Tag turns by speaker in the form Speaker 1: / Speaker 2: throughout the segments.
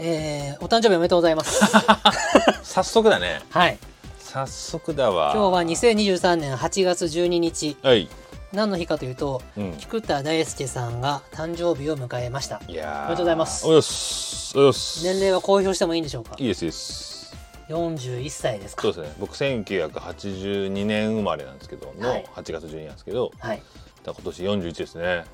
Speaker 1: えー、お誕生日おめでとうございます。
Speaker 2: 早速だね
Speaker 1: はい。
Speaker 2: 早速だわ
Speaker 1: 今日は2023年8月12日。
Speaker 2: はい、
Speaker 1: 何の日かというと、
Speaker 2: うん、
Speaker 1: 菊田大輔さんが誕生日を迎えました。
Speaker 2: いやー
Speaker 1: おめでとうございます
Speaker 2: おはようございますおはようございます
Speaker 1: 年齢は公表してもいいんでしょうか
Speaker 2: いいですいいです
Speaker 1: 41歳です
Speaker 2: そ
Speaker 1: か
Speaker 2: うですね僕1982年生まれなんですけど
Speaker 1: は
Speaker 2: の
Speaker 1: い
Speaker 2: 8月12なんですけど、
Speaker 1: はい
Speaker 2: だから今年41ですね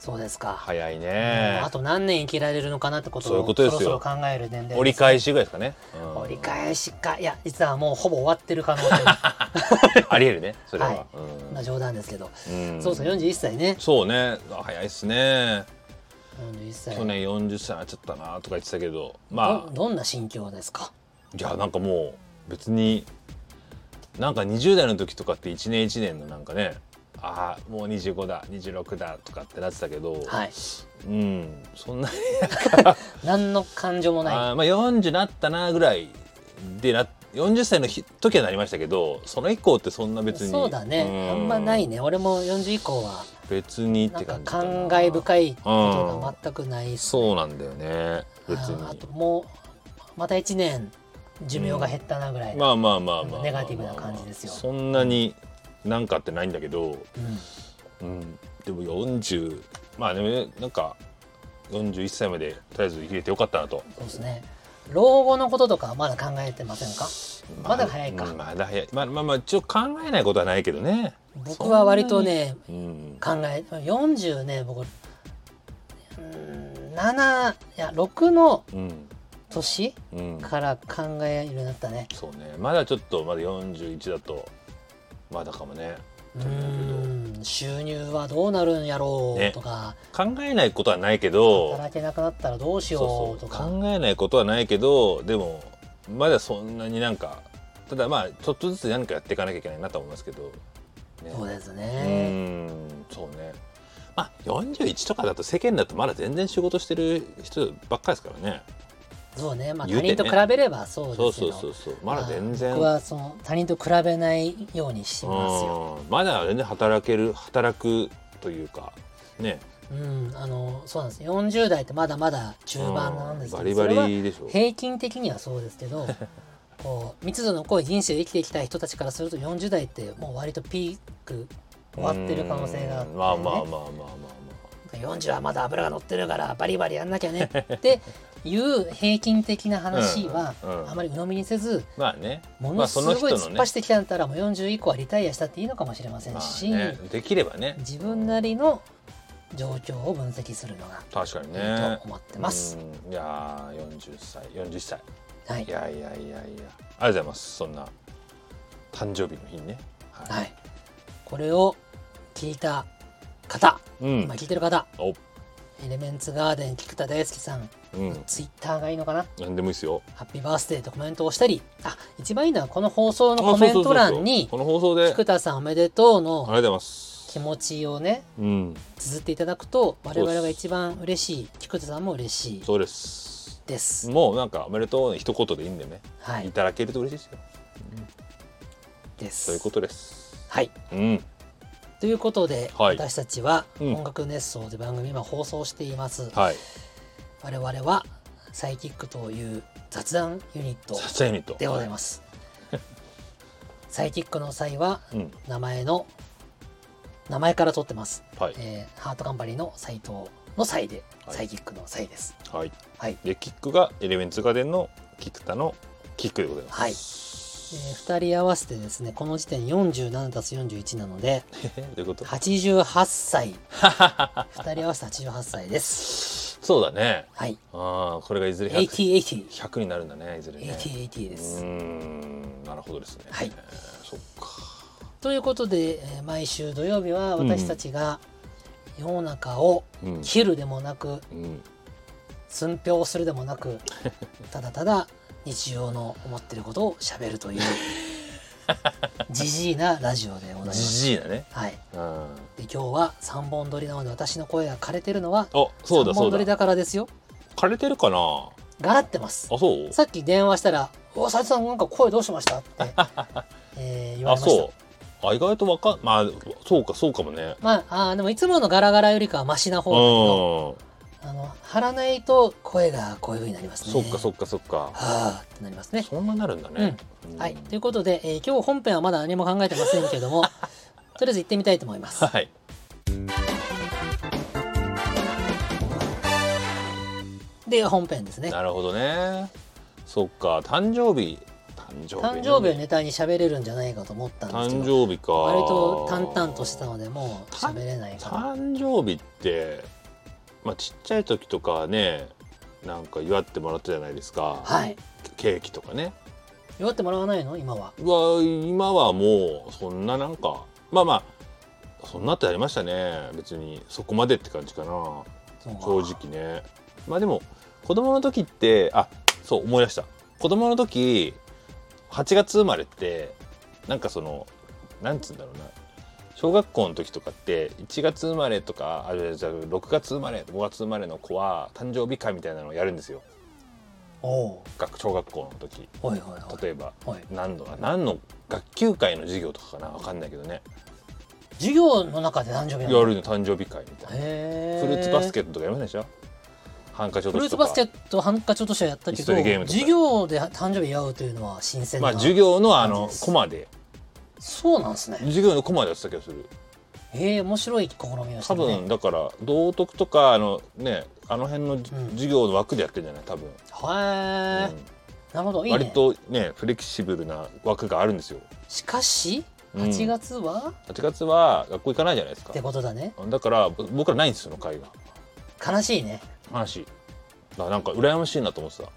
Speaker 1: そうですか、
Speaker 2: 早い
Speaker 1: も
Speaker 2: ね
Speaker 1: うあと何年生きられるのかなってことを
Speaker 2: そういうことですよ
Speaker 1: そろそろ考える年齢です
Speaker 2: 折り返しぐらいですかね、うん
Speaker 1: 折り返しかいや実はもうほぼ終わってる可能性も
Speaker 2: ありえるねそれは、
Speaker 1: はいまあ冗談ですけど、
Speaker 2: うんん
Speaker 1: そうそう41歳ね
Speaker 2: そうねあ早いっすね
Speaker 1: 41歳
Speaker 2: 去年40歳になっちゃったなとか言ってたけどま
Speaker 1: ど
Speaker 2: あ
Speaker 1: どんな心境ですか
Speaker 2: いやなんかもう別になんか20代の時とかって一年一年のなんかねああもう25だ26だとかってなってたけど、
Speaker 1: はい
Speaker 2: うんそんなに
Speaker 1: 何の感情もない
Speaker 2: あーまあ40なったなぐらいでな40歳の日時はなりましたけどその以降ってそんな別に
Speaker 1: そうだねあ
Speaker 2: うん
Speaker 1: まないね俺も40以降は
Speaker 2: 別にっ
Speaker 1: な
Speaker 2: て
Speaker 1: んか
Speaker 2: 感じだ
Speaker 1: 感
Speaker 2: な
Speaker 1: 慨深いことが全くないし
Speaker 2: そうなんだよね別に
Speaker 1: ああともうまた1年寿命が減ったなぐらい、
Speaker 2: まあまあまあまあ
Speaker 1: ネガティブな感じですよ
Speaker 2: そんなになんかってないんだけど、
Speaker 1: うん
Speaker 2: うん、でも40まあでもねなんか41歳までとりあえず生きれてよかったなと
Speaker 1: そうですね老後のこととかまだ考えてませんかまだ早いか
Speaker 2: うんまだ早いまあまあまあ一応考えないことはないけどね
Speaker 1: 僕は割とね
Speaker 2: そんなにうん
Speaker 1: 考え40ね僕うーん7いや6の
Speaker 2: うん
Speaker 1: 年
Speaker 2: うん
Speaker 1: から考えるようになったね
Speaker 2: そうねまだちょっとまだ41だとまだかもね
Speaker 1: うーん収入はどうなるんやろう
Speaker 2: ね
Speaker 1: とか、
Speaker 2: 考えないことはないけど
Speaker 1: 働けなくなったらどうしよ
Speaker 2: そうう
Speaker 1: と
Speaker 2: そう
Speaker 1: か
Speaker 2: 考えないことはないけどでもまだそんなになんかただまあちょっとずつ何かやっていかなきゃいけないなとは思いますけど、ね
Speaker 1: そうです
Speaker 2: う
Speaker 1: ね
Speaker 2: ーんそうねまあ41とかだと世間だとまだ全然仕事してる人ばっかりですからね
Speaker 1: そうねまあ
Speaker 2: 言
Speaker 1: 他
Speaker 2: うてね
Speaker 1: 人と比べればそう
Speaker 2: そ
Speaker 1: で
Speaker 2: う
Speaker 1: す
Speaker 2: そ
Speaker 1: け
Speaker 2: うそ
Speaker 1: ど
Speaker 2: うそうまだ全
Speaker 1: ま
Speaker 2: 然
Speaker 1: あ僕はその他人と比べないようにしますよ
Speaker 2: うんまだ全然働ける働くというかね
Speaker 1: うんあのそうなんです40代ってまだまだ中盤なんですけど、
Speaker 2: うん
Speaker 1: そ
Speaker 2: バ
Speaker 1: れ
Speaker 2: リ
Speaker 1: は
Speaker 2: バリでしょ
Speaker 1: 平均的にはそうですけ どこう密度の濃い人生を生きてきた人たちからすると40代ってもう割とピーク終わってる可能性があって、
Speaker 2: う
Speaker 1: ね
Speaker 2: んまあまあまあまあまあ
Speaker 1: 40はまだ脂が乗ってるからバリバリやんなきゃねっていう平均的な話は
Speaker 2: うんうんうん
Speaker 1: あまり鵜呑みにせず
Speaker 2: まあまあね
Speaker 1: も
Speaker 2: ま
Speaker 1: の
Speaker 2: あ
Speaker 1: す
Speaker 2: そ
Speaker 1: ご
Speaker 2: の
Speaker 1: い
Speaker 2: 人のね
Speaker 1: 突っ走ってきたんだったらもう40以降はリタイアしたっていいのかもしれません
Speaker 2: ま
Speaker 1: し、
Speaker 2: あねできればね
Speaker 1: 自分なりの状況を分析するのが
Speaker 2: 確かにね
Speaker 1: いいと思ってます。
Speaker 2: うんいやー40歳41歳
Speaker 1: はい
Speaker 2: い、やいやいやいやありがとうございますそんな誕生日の日にねはい、
Speaker 1: はい、これを聞いた方、
Speaker 2: うん
Speaker 1: 今聞いてる方
Speaker 2: お
Speaker 1: エレメンツガーデン菊田大輔さん
Speaker 2: うん
Speaker 1: ツイッターがいいのかな
Speaker 2: 何でもいいですよ
Speaker 1: ハッピーバースデーとコメントをしたりあ一番いいのはこの放送のコメント欄に
Speaker 2: あそうそうそうそうこの放送でありが
Speaker 1: 菊田さんおめでとう
Speaker 2: とう
Speaker 1: の
Speaker 2: ございます
Speaker 1: 気持ちをね
Speaker 2: うん
Speaker 1: 綴っていただくと我々
Speaker 2: そ
Speaker 1: が
Speaker 2: うです
Speaker 1: 一番嬉しい菊田さんも嬉しい
Speaker 2: そうです
Speaker 1: です。
Speaker 2: もうなんかおめでとうの一言でいいんでね、
Speaker 1: はいい、
Speaker 2: ただけると嬉しいですよ
Speaker 1: です。
Speaker 2: そういうことです
Speaker 1: はい
Speaker 2: うん
Speaker 1: ということで、
Speaker 2: はい
Speaker 1: 私たちは
Speaker 2: うん
Speaker 1: 音楽熱奏で番組今放送しています、
Speaker 2: はい
Speaker 1: 我々はサイキックという雑談ユニット
Speaker 2: さすがにと
Speaker 1: でござい ます。サイキックの際は
Speaker 2: うん
Speaker 1: 名前の名前から取ってます、
Speaker 2: はい
Speaker 1: えーハートカンパニーの斎藤の際で、
Speaker 2: はい
Speaker 1: サイキックの際です。
Speaker 2: はい
Speaker 1: はい。
Speaker 2: でキックがエレメンツガーデンの菊田のキックでございます
Speaker 1: はい。えー、2人合わせてですねこの時点47たす41なので
Speaker 2: えどういう こと
Speaker 1: 88歳 2人合わせて88歳です
Speaker 2: そうだね
Speaker 1: はい
Speaker 2: ああこれがいずれ 100,
Speaker 1: 808080
Speaker 2: 100になるんだねいずれね
Speaker 1: 80で
Speaker 2: う
Speaker 1: す
Speaker 2: ーんなるほどですね
Speaker 1: はい
Speaker 2: えーそっか
Speaker 1: ということで、えー毎週土曜日は私たちが世の中を
Speaker 2: うん、
Speaker 1: 切るでもなく
Speaker 2: うん、
Speaker 1: 寸評するでもな くただただ日常の思ってることをしゃべるという ジジイなラジオでございま
Speaker 2: じ
Speaker 1: す。
Speaker 2: じいだね
Speaker 1: はい、
Speaker 2: うん
Speaker 1: で今日は3本撮りなので私の声が枯れてるのは
Speaker 2: あそうだ
Speaker 1: 3
Speaker 2: そ
Speaker 1: 本撮
Speaker 2: う
Speaker 1: り
Speaker 2: だ
Speaker 1: だからですよ。
Speaker 2: 枯れてるかなあ
Speaker 1: ガラってます。
Speaker 2: そう
Speaker 1: さっき電話したら「お斉藤さんなんか声どうしました?」って、 えー言わ
Speaker 2: あ
Speaker 1: れました
Speaker 2: そ。うあ意外とわかんまあそうかそうかもね
Speaker 1: まあ、あーでもいつものガラガラよりかはマシな
Speaker 2: う
Speaker 1: 方だけど
Speaker 2: ん
Speaker 1: あの張らないと声がこういう風になりますね
Speaker 2: そっかそっかそっか。
Speaker 1: はあってなりますね
Speaker 2: そんななるんだね。うん
Speaker 1: はいということで、えー今日本編はまだ何も考えてませんけ どもとりあえず行ってみたいと思います
Speaker 2: はい。
Speaker 1: で本編ですね
Speaker 2: なるほどね。そっか誕生日誕生
Speaker 1: 誕
Speaker 2: 日
Speaker 1: 生日をネタに喋れるんじゃないかと思ったんですけ
Speaker 2: 誕
Speaker 1: ど
Speaker 2: 生日か。
Speaker 1: 割と淡々としたのでもう喋れないか
Speaker 2: 誕生日って、まあ、ちっちゃい時とかはねなんか祝ってもらったじゃないですか、
Speaker 1: らはい
Speaker 2: ケーキとかね
Speaker 1: 祝ってもらわないの今は
Speaker 2: うわ今はもうそんななんかまあまあそんなってありましたね別にそこまでって感じかな
Speaker 1: そうか
Speaker 2: 正直ねまあでも子供の時ってあそう思い出した子供の時8月生まれってなんかそのなんつうんだろうな小学校の時とかって1月生まれとかあじゃあじゃあ6月生まれ5月生まれの子は誕生日会みたいなのをやるんですよ
Speaker 1: おう
Speaker 2: 学小学校の時
Speaker 1: おいおいおい
Speaker 2: 例えば
Speaker 1: はい
Speaker 2: 何度か何の学級会の授業とかかな分かんないけどね
Speaker 1: 授業の中で誕生日
Speaker 2: や
Speaker 1: なの
Speaker 2: るの誕生日会みたい
Speaker 1: へ
Speaker 2: な
Speaker 1: え
Speaker 2: フルーツバスケットとかやりませんでしたハンカチ落
Speaker 1: フルー
Speaker 2: とし
Speaker 1: ツ
Speaker 2: と
Speaker 1: バ
Speaker 2: か
Speaker 1: スケットハンカチ落としはやったけど
Speaker 2: 椅子取りゲームとか
Speaker 1: 授業で誕生日祝うというのは新鮮
Speaker 2: ま
Speaker 1: な、
Speaker 2: あ授業のあ
Speaker 1: 感
Speaker 2: の
Speaker 1: じです
Speaker 2: コマで
Speaker 1: そうなんですね
Speaker 2: 授業のコマでやってた気がする
Speaker 1: へえ面白い試みをして
Speaker 2: 多
Speaker 1: るね
Speaker 2: 分だから道徳とかあのねあの辺のじ、
Speaker 1: うん
Speaker 2: 授業の枠でやってるんじゃない多分、
Speaker 1: はえ、なるほど
Speaker 2: うん
Speaker 1: いいね
Speaker 2: 割とねフレキシブルな枠があるんですよ
Speaker 1: しかし
Speaker 2: うん
Speaker 1: 8月は、
Speaker 2: 8月は学校行かないじゃないですか
Speaker 1: ってことだね
Speaker 2: だからぼ僕らないんですよその会が
Speaker 1: 悲しいね
Speaker 2: 話だからなんか羨ましいなと思ってた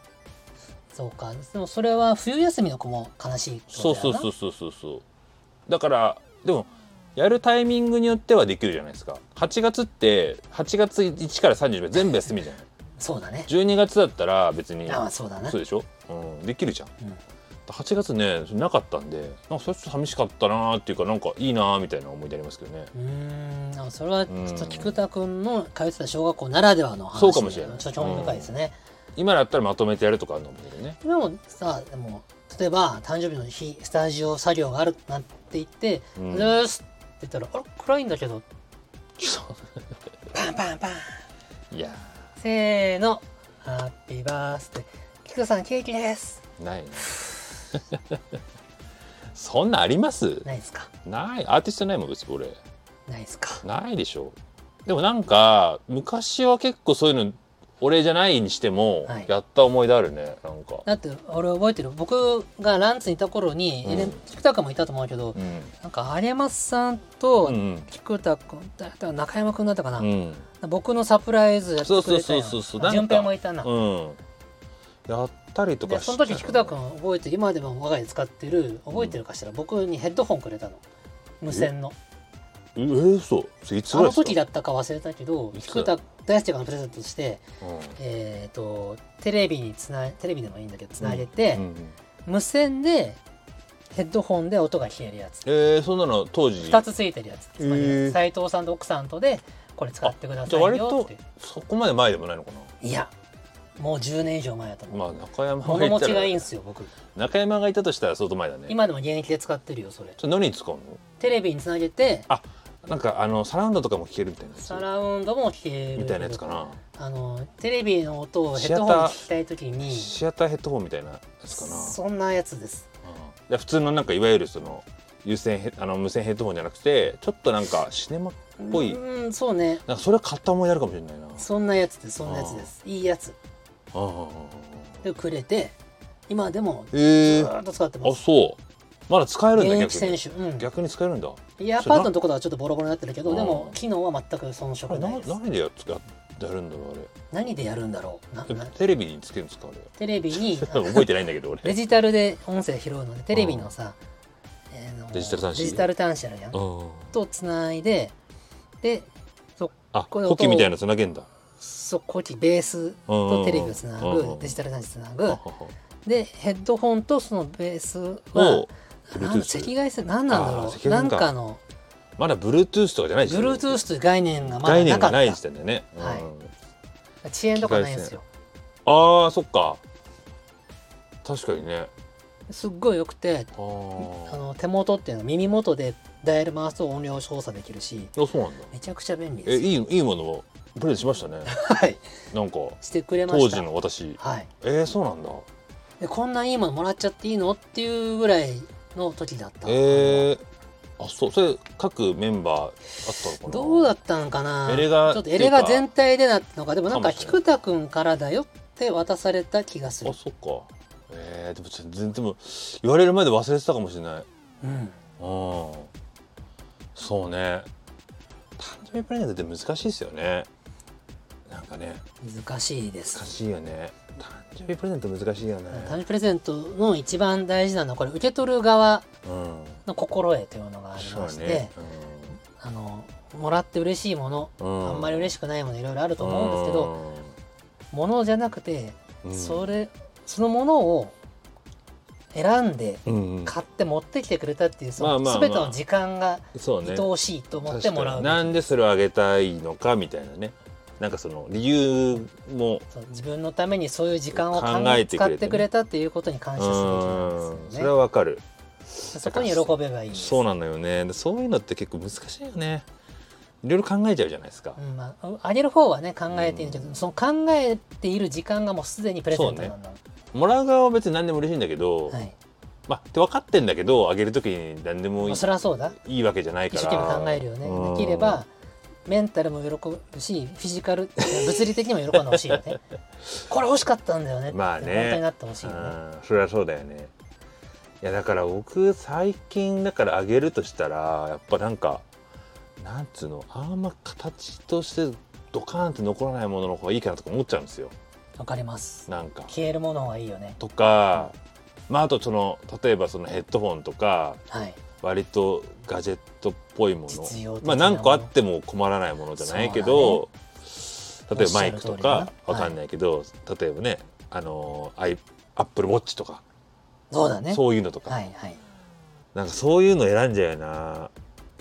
Speaker 1: そうかでもそれは冬休みの子も悲しいって
Speaker 2: そ
Speaker 1: こ
Speaker 2: うそ
Speaker 1: と
Speaker 2: う
Speaker 1: だよ
Speaker 2: そ
Speaker 1: な
Speaker 2: うそうそうそうだからでもやるタイミングによってはできるじゃないですか8月って8月1から30まで全部休みじゃない
Speaker 1: そうだね
Speaker 2: 12月だったら別に
Speaker 1: ああそうだな
Speaker 2: そうでしょ、うん、できるじゃん、
Speaker 1: うん
Speaker 2: 8月ねなかったんでなんかそれちょっと寂しかったなーっていうかなんかいいなーみたいな思い出ありますけどね
Speaker 1: うーんあそれはちょっと
Speaker 2: うん
Speaker 1: 菊田君の通ってた小学校ならではの話
Speaker 2: そうかもしれない
Speaker 1: ちょっと興味深いですね、
Speaker 2: 今だったらまとめてやるとかあるのもいいけどね
Speaker 1: でもさでも例えば誕生日の日スタジオ作業があるなんて言って「う
Speaker 2: うん
Speaker 1: ーす」って言ったら「あれ暗いんだけど
Speaker 2: そ」
Speaker 1: パンパンパン
Speaker 2: ういや
Speaker 1: せーの「ハッピーバースデー」菊田さんケーキです
Speaker 2: ーないね そんなんあります
Speaker 1: ないですか
Speaker 2: ないアーティストないもん別に俺
Speaker 1: ないですか
Speaker 2: ないでしょでもなんか昔は結構そういうの俺じゃないにしても
Speaker 1: はい
Speaker 2: やった思い出あるね、なんか、
Speaker 1: だって俺覚えてる僕がランツにいた頃に、
Speaker 2: うん
Speaker 1: えで菊田君もいたと思うけど、
Speaker 2: うん
Speaker 1: なんか有松さん
Speaker 2: う
Speaker 1: と
Speaker 2: ん
Speaker 1: 菊田君、だだから中山君だったかな、
Speaker 2: うん
Speaker 1: 僕のサプライズやってくれたやん
Speaker 2: そうそうそうそうなんか
Speaker 1: 順平もいたな、
Speaker 2: うんやったりとか
Speaker 1: でその時
Speaker 2: して
Speaker 1: 菊田君覚えて今でも我が家で使ってる覚えてるかしら、僕にヘッドホンくれたの無線の
Speaker 2: えー、そうそれいつ
Speaker 1: あ
Speaker 2: ぐらい
Speaker 1: の
Speaker 2: ですか
Speaker 1: 時だったか忘れたけど
Speaker 2: いつ
Speaker 1: 菊田大輔からプレゼントとして
Speaker 2: うん
Speaker 1: えっ、とテレビにつないテレビでもいいんだけどつなげて、
Speaker 2: うんうん
Speaker 1: 無線でヘッドホンで音が消えるやつ
Speaker 2: えー、そんなの当時
Speaker 1: 2つついてるやつつま
Speaker 2: え
Speaker 1: り
Speaker 2: ー
Speaker 1: 斎藤さんと奥さんとでこれ使ってくださ
Speaker 2: じゃ
Speaker 1: い
Speaker 2: あ
Speaker 1: よ
Speaker 2: 割
Speaker 1: っ
Speaker 2: と
Speaker 1: て
Speaker 2: そこまで前でもないのか
Speaker 1: いやもう10年以上前やと思う、
Speaker 2: なまあ中山が
Speaker 1: 物
Speaker 2: い
Speaker 1: 持
Speaker 2: た
Speaker 1: ち
Speaker 2: ら
Speaker 1: がいいんすよ僕
Speaker 2: 中山がいたとしたら相当前だね
Speaker 1: 今でも現役で使ってるよそれ
Speaker 2: それ何に使うの
Speaker 1: テレビにつなげて
Speaker 2: なんかあのサラウンドとかも聞けるみたいなやつ
Speaker 1: サラウンドも消える
Speaker 2: みたいなやつかな
Speaker 1: あのテレビの音をヘッドホンで聞きたい時に
Speaker 2: シアターヘッドホンみたいなやつかな
Speaker 1: そんなやつです
Speaker 2: うん、普通のなんかいわゆるその有線ヘあの無線ヘッドホンじゃなくてちょっとなんかシネマぽい
Speaker 1: うんそうね
Speaker 2: なんかそれは買った思い出あるかもしれないな
Speaker 1: そんなやつですそんなやつですいいやつ
Speaker 2: うんうんうんうん
Speaker 1: でくれて今でもず
Speaker 2: えー、
Speaker 1: ーっと使ってま
Speaker 2: あ
Speaker 1: す
Speaker 2: そうまだ使えるん
Speaker 1: 現
Speaker 2: だ
Speaker 1: 役
Speaker 2: 逆
Speaker 1: 選
Speaker 2: に
Speaker 1: 手うん
Speaker 2: 逆に使えるんだ
Speaker 1: いやア
Speaker 2: そ
Speaker 1: パ
Speaker 2: れ
Speaker 1: ー
Speaker 2: な
Speaker 1: トのところはちょっとボロボロになってるけどでも
Speaker 2: うん
Speaker 1: 機能は全く遜
Speaker 2: あ
Speaker 1: 色
Speaker 2: れ
Speaker 1: な
Speaker 2: ない
Speaker 1: です
Speaker 2: 何でやっつややるんだろうあ
Speaker 1: 何でやるんだろうな
Speaker 2: れ
Speaker 1: な
Speaker 2: テレビにつけるんですかあれ
Speaker 1: テレビにあの
Speaker 2: 覚えてないんだけど俺
Speaker 1: デジタルで音声拾うのでテレビのさ、えーの
Speaker 2: デジタル端子
Speaker 1: デジタル端子あるやん
Speaker 2: うん
Speaker 1: とつないでで
Speaker 2: あ
Speaker 1: これ
Speaker 2: コキみたいなのつなげんだ
Speaker 1: そこにベースとテレビをつなぐデジタル端子つなぐでヘッドホンとそのベースは
Speaker 2: を
Speaker 1: なんだ
Speaker 2: Bluetooth
Speaker 1: 赤外線何なんだ
Speaker 2: あ
Speaker 1: ろ
Speaker 2: ー赤
Speaker 1: うな
Speaker 2: 外
Speaker 1: ん
Speaker 2: 線か
Speaker 1: かの
Speaker 2: まだ Bluetooth とかじゃない時代
Speaker 1: Bluetooth という概念がまだ
Speaker 2: 概
Speaker 1: な
Speaker 2: 念
Speaker 1: かっ
Speaker 2: が
Speaker 1: た
Speaker 2: ない時代だよね、うん
Speaker 1: はい遅延とかないんですよ
Speaker 2: あーそっか確かにね
Speaker 1: すっごいよくて
Speaker 2: あー
Speaker 1: あの手元っていうのは耳元でダイヤル回すと音量操作できるし
Speaker 2: あそうなんだ
Speaker 1: めちゃくちゃ便利で
Speaker 2: え
Speaker 1: す
Speaker 2: いいいいものをプレゼントしましたね
Speaker 1: はい
Speaker 2: なんか
Speaker 1: してくれま
Speaker 2: 当
Speaker 1: した
Speaker 2: 時の私
Speaker 1: はい
Speaker 2: えー、そうなんだ
Speaker 1: でこんないいものもらっちゃっていいのっていうぐらいの時だった
Speaker 2: えー、あそうそれ各メンバーあったのかな
Speaker 1: どうだったのかな
Speaker 2: エレガ
Speaker 1: ちょっと
Speaker 2: ってい
Speaker 1: エ
Speaker 2: うか
Speaker 1: レガ全体でなってのかでもなんか
Speaker 2: かもしれない
Speaker 1: 菊田君からだよって渡された気がする
Speaker 2: あ、そっかえー、でも全然でも言われるまで忘れてたかもしれない
Speaker 1: うん、
Speaker 2: うんそうね誕生日プレゼントって難しいですよねなんかね
Speaker 1: 難しいで
Speaker 2: 難
Speaker 1: す
Speaker 2: しいよね誕生日プレゼント難しいよね
Speaker 1: 誕生日プレゼントの一番大事なのはこれ受け取る側
Speaker 2: うん
Speaker 1: の心得というのがあり
Speaker 2: そ
Speaker 1: ま
Speaker 2: う
Speaker 1: して、
Speaker 2: ね
Speaker 1: あのもらって嬉しいもの、
Speaker 2: うん
Speaker 1: あんまり嬉
Speaker 2: しい
Speaker 1: しくないものいろいろあると思うんですけど、ものじゃなくて
Speaker 2: うん
Speaker 1: それそのものを選んで
Speaker 2: うんうん
Speaker 1: 買って持ってきてくれたっていうそ
Speaker 2: まあ
Speaker 1: の
Speaker 2: まあまあ
Speaker 1: 全ての時間が
Speaker 2: そうね
Speaker 1: 愛おしいと思ってもらう
Speaker 2: 確かになんでそれをあげたいのかみたいなねなんかその理由も
Speaker 1: そう自分のためにそういう時間を考
Speaker 2: 考
Speaker 1: え
Speaker 2: えてくれてね
Speaker 1: 使ってくれたっていうことに感謝すべきなん
Speaker 2: うん
Speaker 1: です
Speaker 2: それ
Speaker 1: よね
Speaker 2: はわかる
Speaker 1: そこに喜べばいいです
Speaker 2: そうなのよねでそういうのって結構難しいよねいろいろ考えちゃうじゃないですか、
Speaker 1: うんまあ、あげる方はね考えているけど、
Speaker 2: うん
Speaker 1: その考えている時間がもうすでにプレゼントなんだ、
Speaker 2: もらう側は別に何でも嬉しいんだけど、
Speaker 1: はい
Speaker 2: まあって分かってんだけどあげる時に何でもい
Speaker 1: ま
Speaker 2: い
Speaker 1: あ、それはそうだ
Speaker 2: いいわけじゃないか
Speaker 1: 一
Speaker 2: ら
Speaker 1: 生懸命考えるよね、
Speaker 2: うん
Speaker 1: できればメンタルも喜ぶしフィジカル物理的にも喜んでほしいよ ねこれ欲しかったんだよねって
Speaker 2: まあ
Speaker 1: 本
Speaker 2: ね
Speaker 1: 当になってほしいよね、
Speaker 2: うんそれはそうだよねいやだから僕最近だからあげるとしたらやっぱなんかなんつうのあんま形としてドカーンって残らないものの方がいいかなとか思っちゃうんですよ
Speaker 1: わかります
Speaker 2: なんか。
Speaker 1: 消えるものはいいよね
Speaker 2: とか、まあ、あとその例えばそのヘッドフォンとか
Speaker 1: はい
Speaker 2: 割とガジェットっぽいも
Speaker 1: 実用
Speaker 2: の
Speaker 1: 的
Speaker 2: まあ
Speaker 1: なもの
Speaker 2: 何個あっても困らないものじゃないけど、例えばマイクと
Speaker 1: おっしゃる通
Speaker 2: か
Speaker 1: りだな
Speaker 2: わかんないけど、例えばねあのアイアップルウォッチとか
Speaker 1: そうだね
Speaker 2: そういうのとか、
Speaker 1: はいはい
Speaker 2: なんかそういうの選んじゃうよな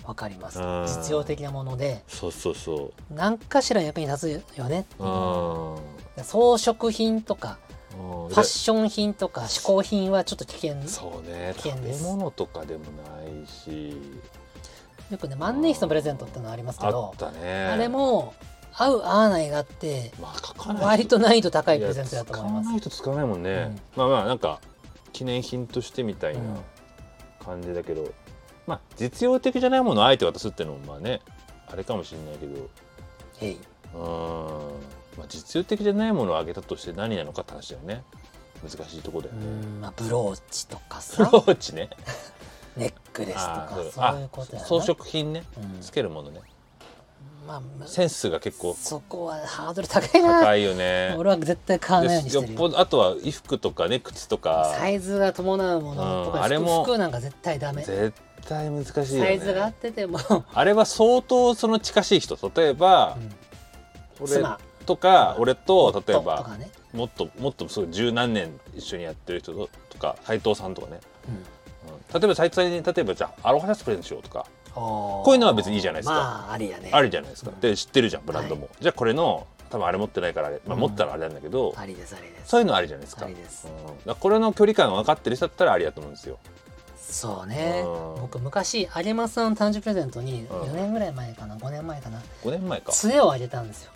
Speaker 1: わかります
Speaker 2: うん
Speaker 1: 実用的なもので
Speaker 2: そうそうそ
Speaker 1: 何かしら役に立つよね
Speaker 2: ううん
Speaker 1: 装飾品とか
Speaker 2: うん
Speaker 1: ファッション品とか嗜好品はちょっと危険
Speaker 2: そうね
Speaker 1: 危
Speaker 2: 食
Speaker 1: 険で
Speaker 2: べ
Speaker 1: す
Speaker 2: 物とかでもないし
Speaker 1: よくね万年筆のプレゼントってのありますけ
Speaker 2: あ
Speaker 1: ど
Speaker 2: ったね
Speaker 1: あれも合う合わないがあって
Speaker 2: まあ書かない
Speaker 1: 割と難易度高い
Speaker 2: い
Speaker 1: プ
Speaker 2: や
Speaker 1: レゼントだと思いま
Speaker 2: 使わ
Speaker 1: す
Speaker 2: ない人使わないもんね、まあまあなんか記念品としてみたいな感じだけど、まあ実用的じゃないものをあえて渡すってのもまあねあれかもしれないけどうん
Speaker 1: えい
Speaker 2: まあ実用的じゃないものをあげたとして何なのかって話だよね難しいとこだよ
Speaker 1: う
Speaker 2: ね、
Speaker 1: んまあブローチとか
Speaker 2: ブロ
Speaker 1: さ
Speaker 2: ーチね。
Speaker 1: ネックレスと
Speaker 2: あ
Speaker 1: か
Speaker 2: ー
Speaker 1: そういうことや
Speaker 2: あ
Speaker 1: な
Speaker 2: 装飾品ね。
Speaker 1: うん
Speaker 2: つけるものね。
Speaker 1: まあまあ
Speaker 2: センスが結構
Speaker 1: そこはハードル高いな
Speaker 2: 高いよね。
Speaker 1: 俺は絶対買わないように
Speaker 2: で
Speaker 1: し
Speaker 2: よ
Speaker 1: て
Speaker 2: っ
Speaker 1: る
Speaker 2: ぽ
Speaker 1: よ
Speaker 2: どあとは衣服とかね靴とか
Speaker 1: サイズが伴うものと
Speaker 2: う
Speaker 1: か
Speaker 2: んあれ
Speaker 1: 服
Speaker 2: も
Speaker 1: 服なんか絶対ダメ
Speaker 2: 絶対難しいよね。
Speaker 1: サイズが合ってても、
Speaker 2: あれは相当その近しい人例えば、俺
Speaker 1: 妻
Speaker 2: とか俺と
Speaker 1: 夫
Speaker 2: 例え
Speaker 1: と
Speaker 2: ば
Speaker 1: かね、
Speaker 2: もっともっとすごい十何年一緒にやってる人とか斉藤さんとかね、
Speaker 1: うん
Speaker 2: うん例えば斉藤さんに例えばじゃあアロハシャツプレゼントしようとか
Speaker 1: こ
Speaker 2: こういうのは別にいいじゃないですか
Speaker 1: まあありやね
Speaker 2: あるじゃないですか、
Speaker 1: うん
Speaker 2: で知ってるじゃんブランドも、じゃあこれの多分あれ持ってないからあれ、まあ、
Speaker 1: うん
Speaker 2: 持ってたらあれなんだけど、
Speaker 1: ありですありです
Speaker 2: そういうのありじゃないですか
Speaker 1: ありです
Speaker 2: うんだからこれの距離感が分かってる人だったらありだと思うんですよ
Speaker 1: そうね
Speaker 2: うん
Speaker 1: 僕昔有馬さんの誕生日プレゼントに
Speaker 2: うん
Speaker 1: 4年ぐらい前かな5年前かな
Speaker 2: 5年前か
Speaker 1: 杖をあげたんですよ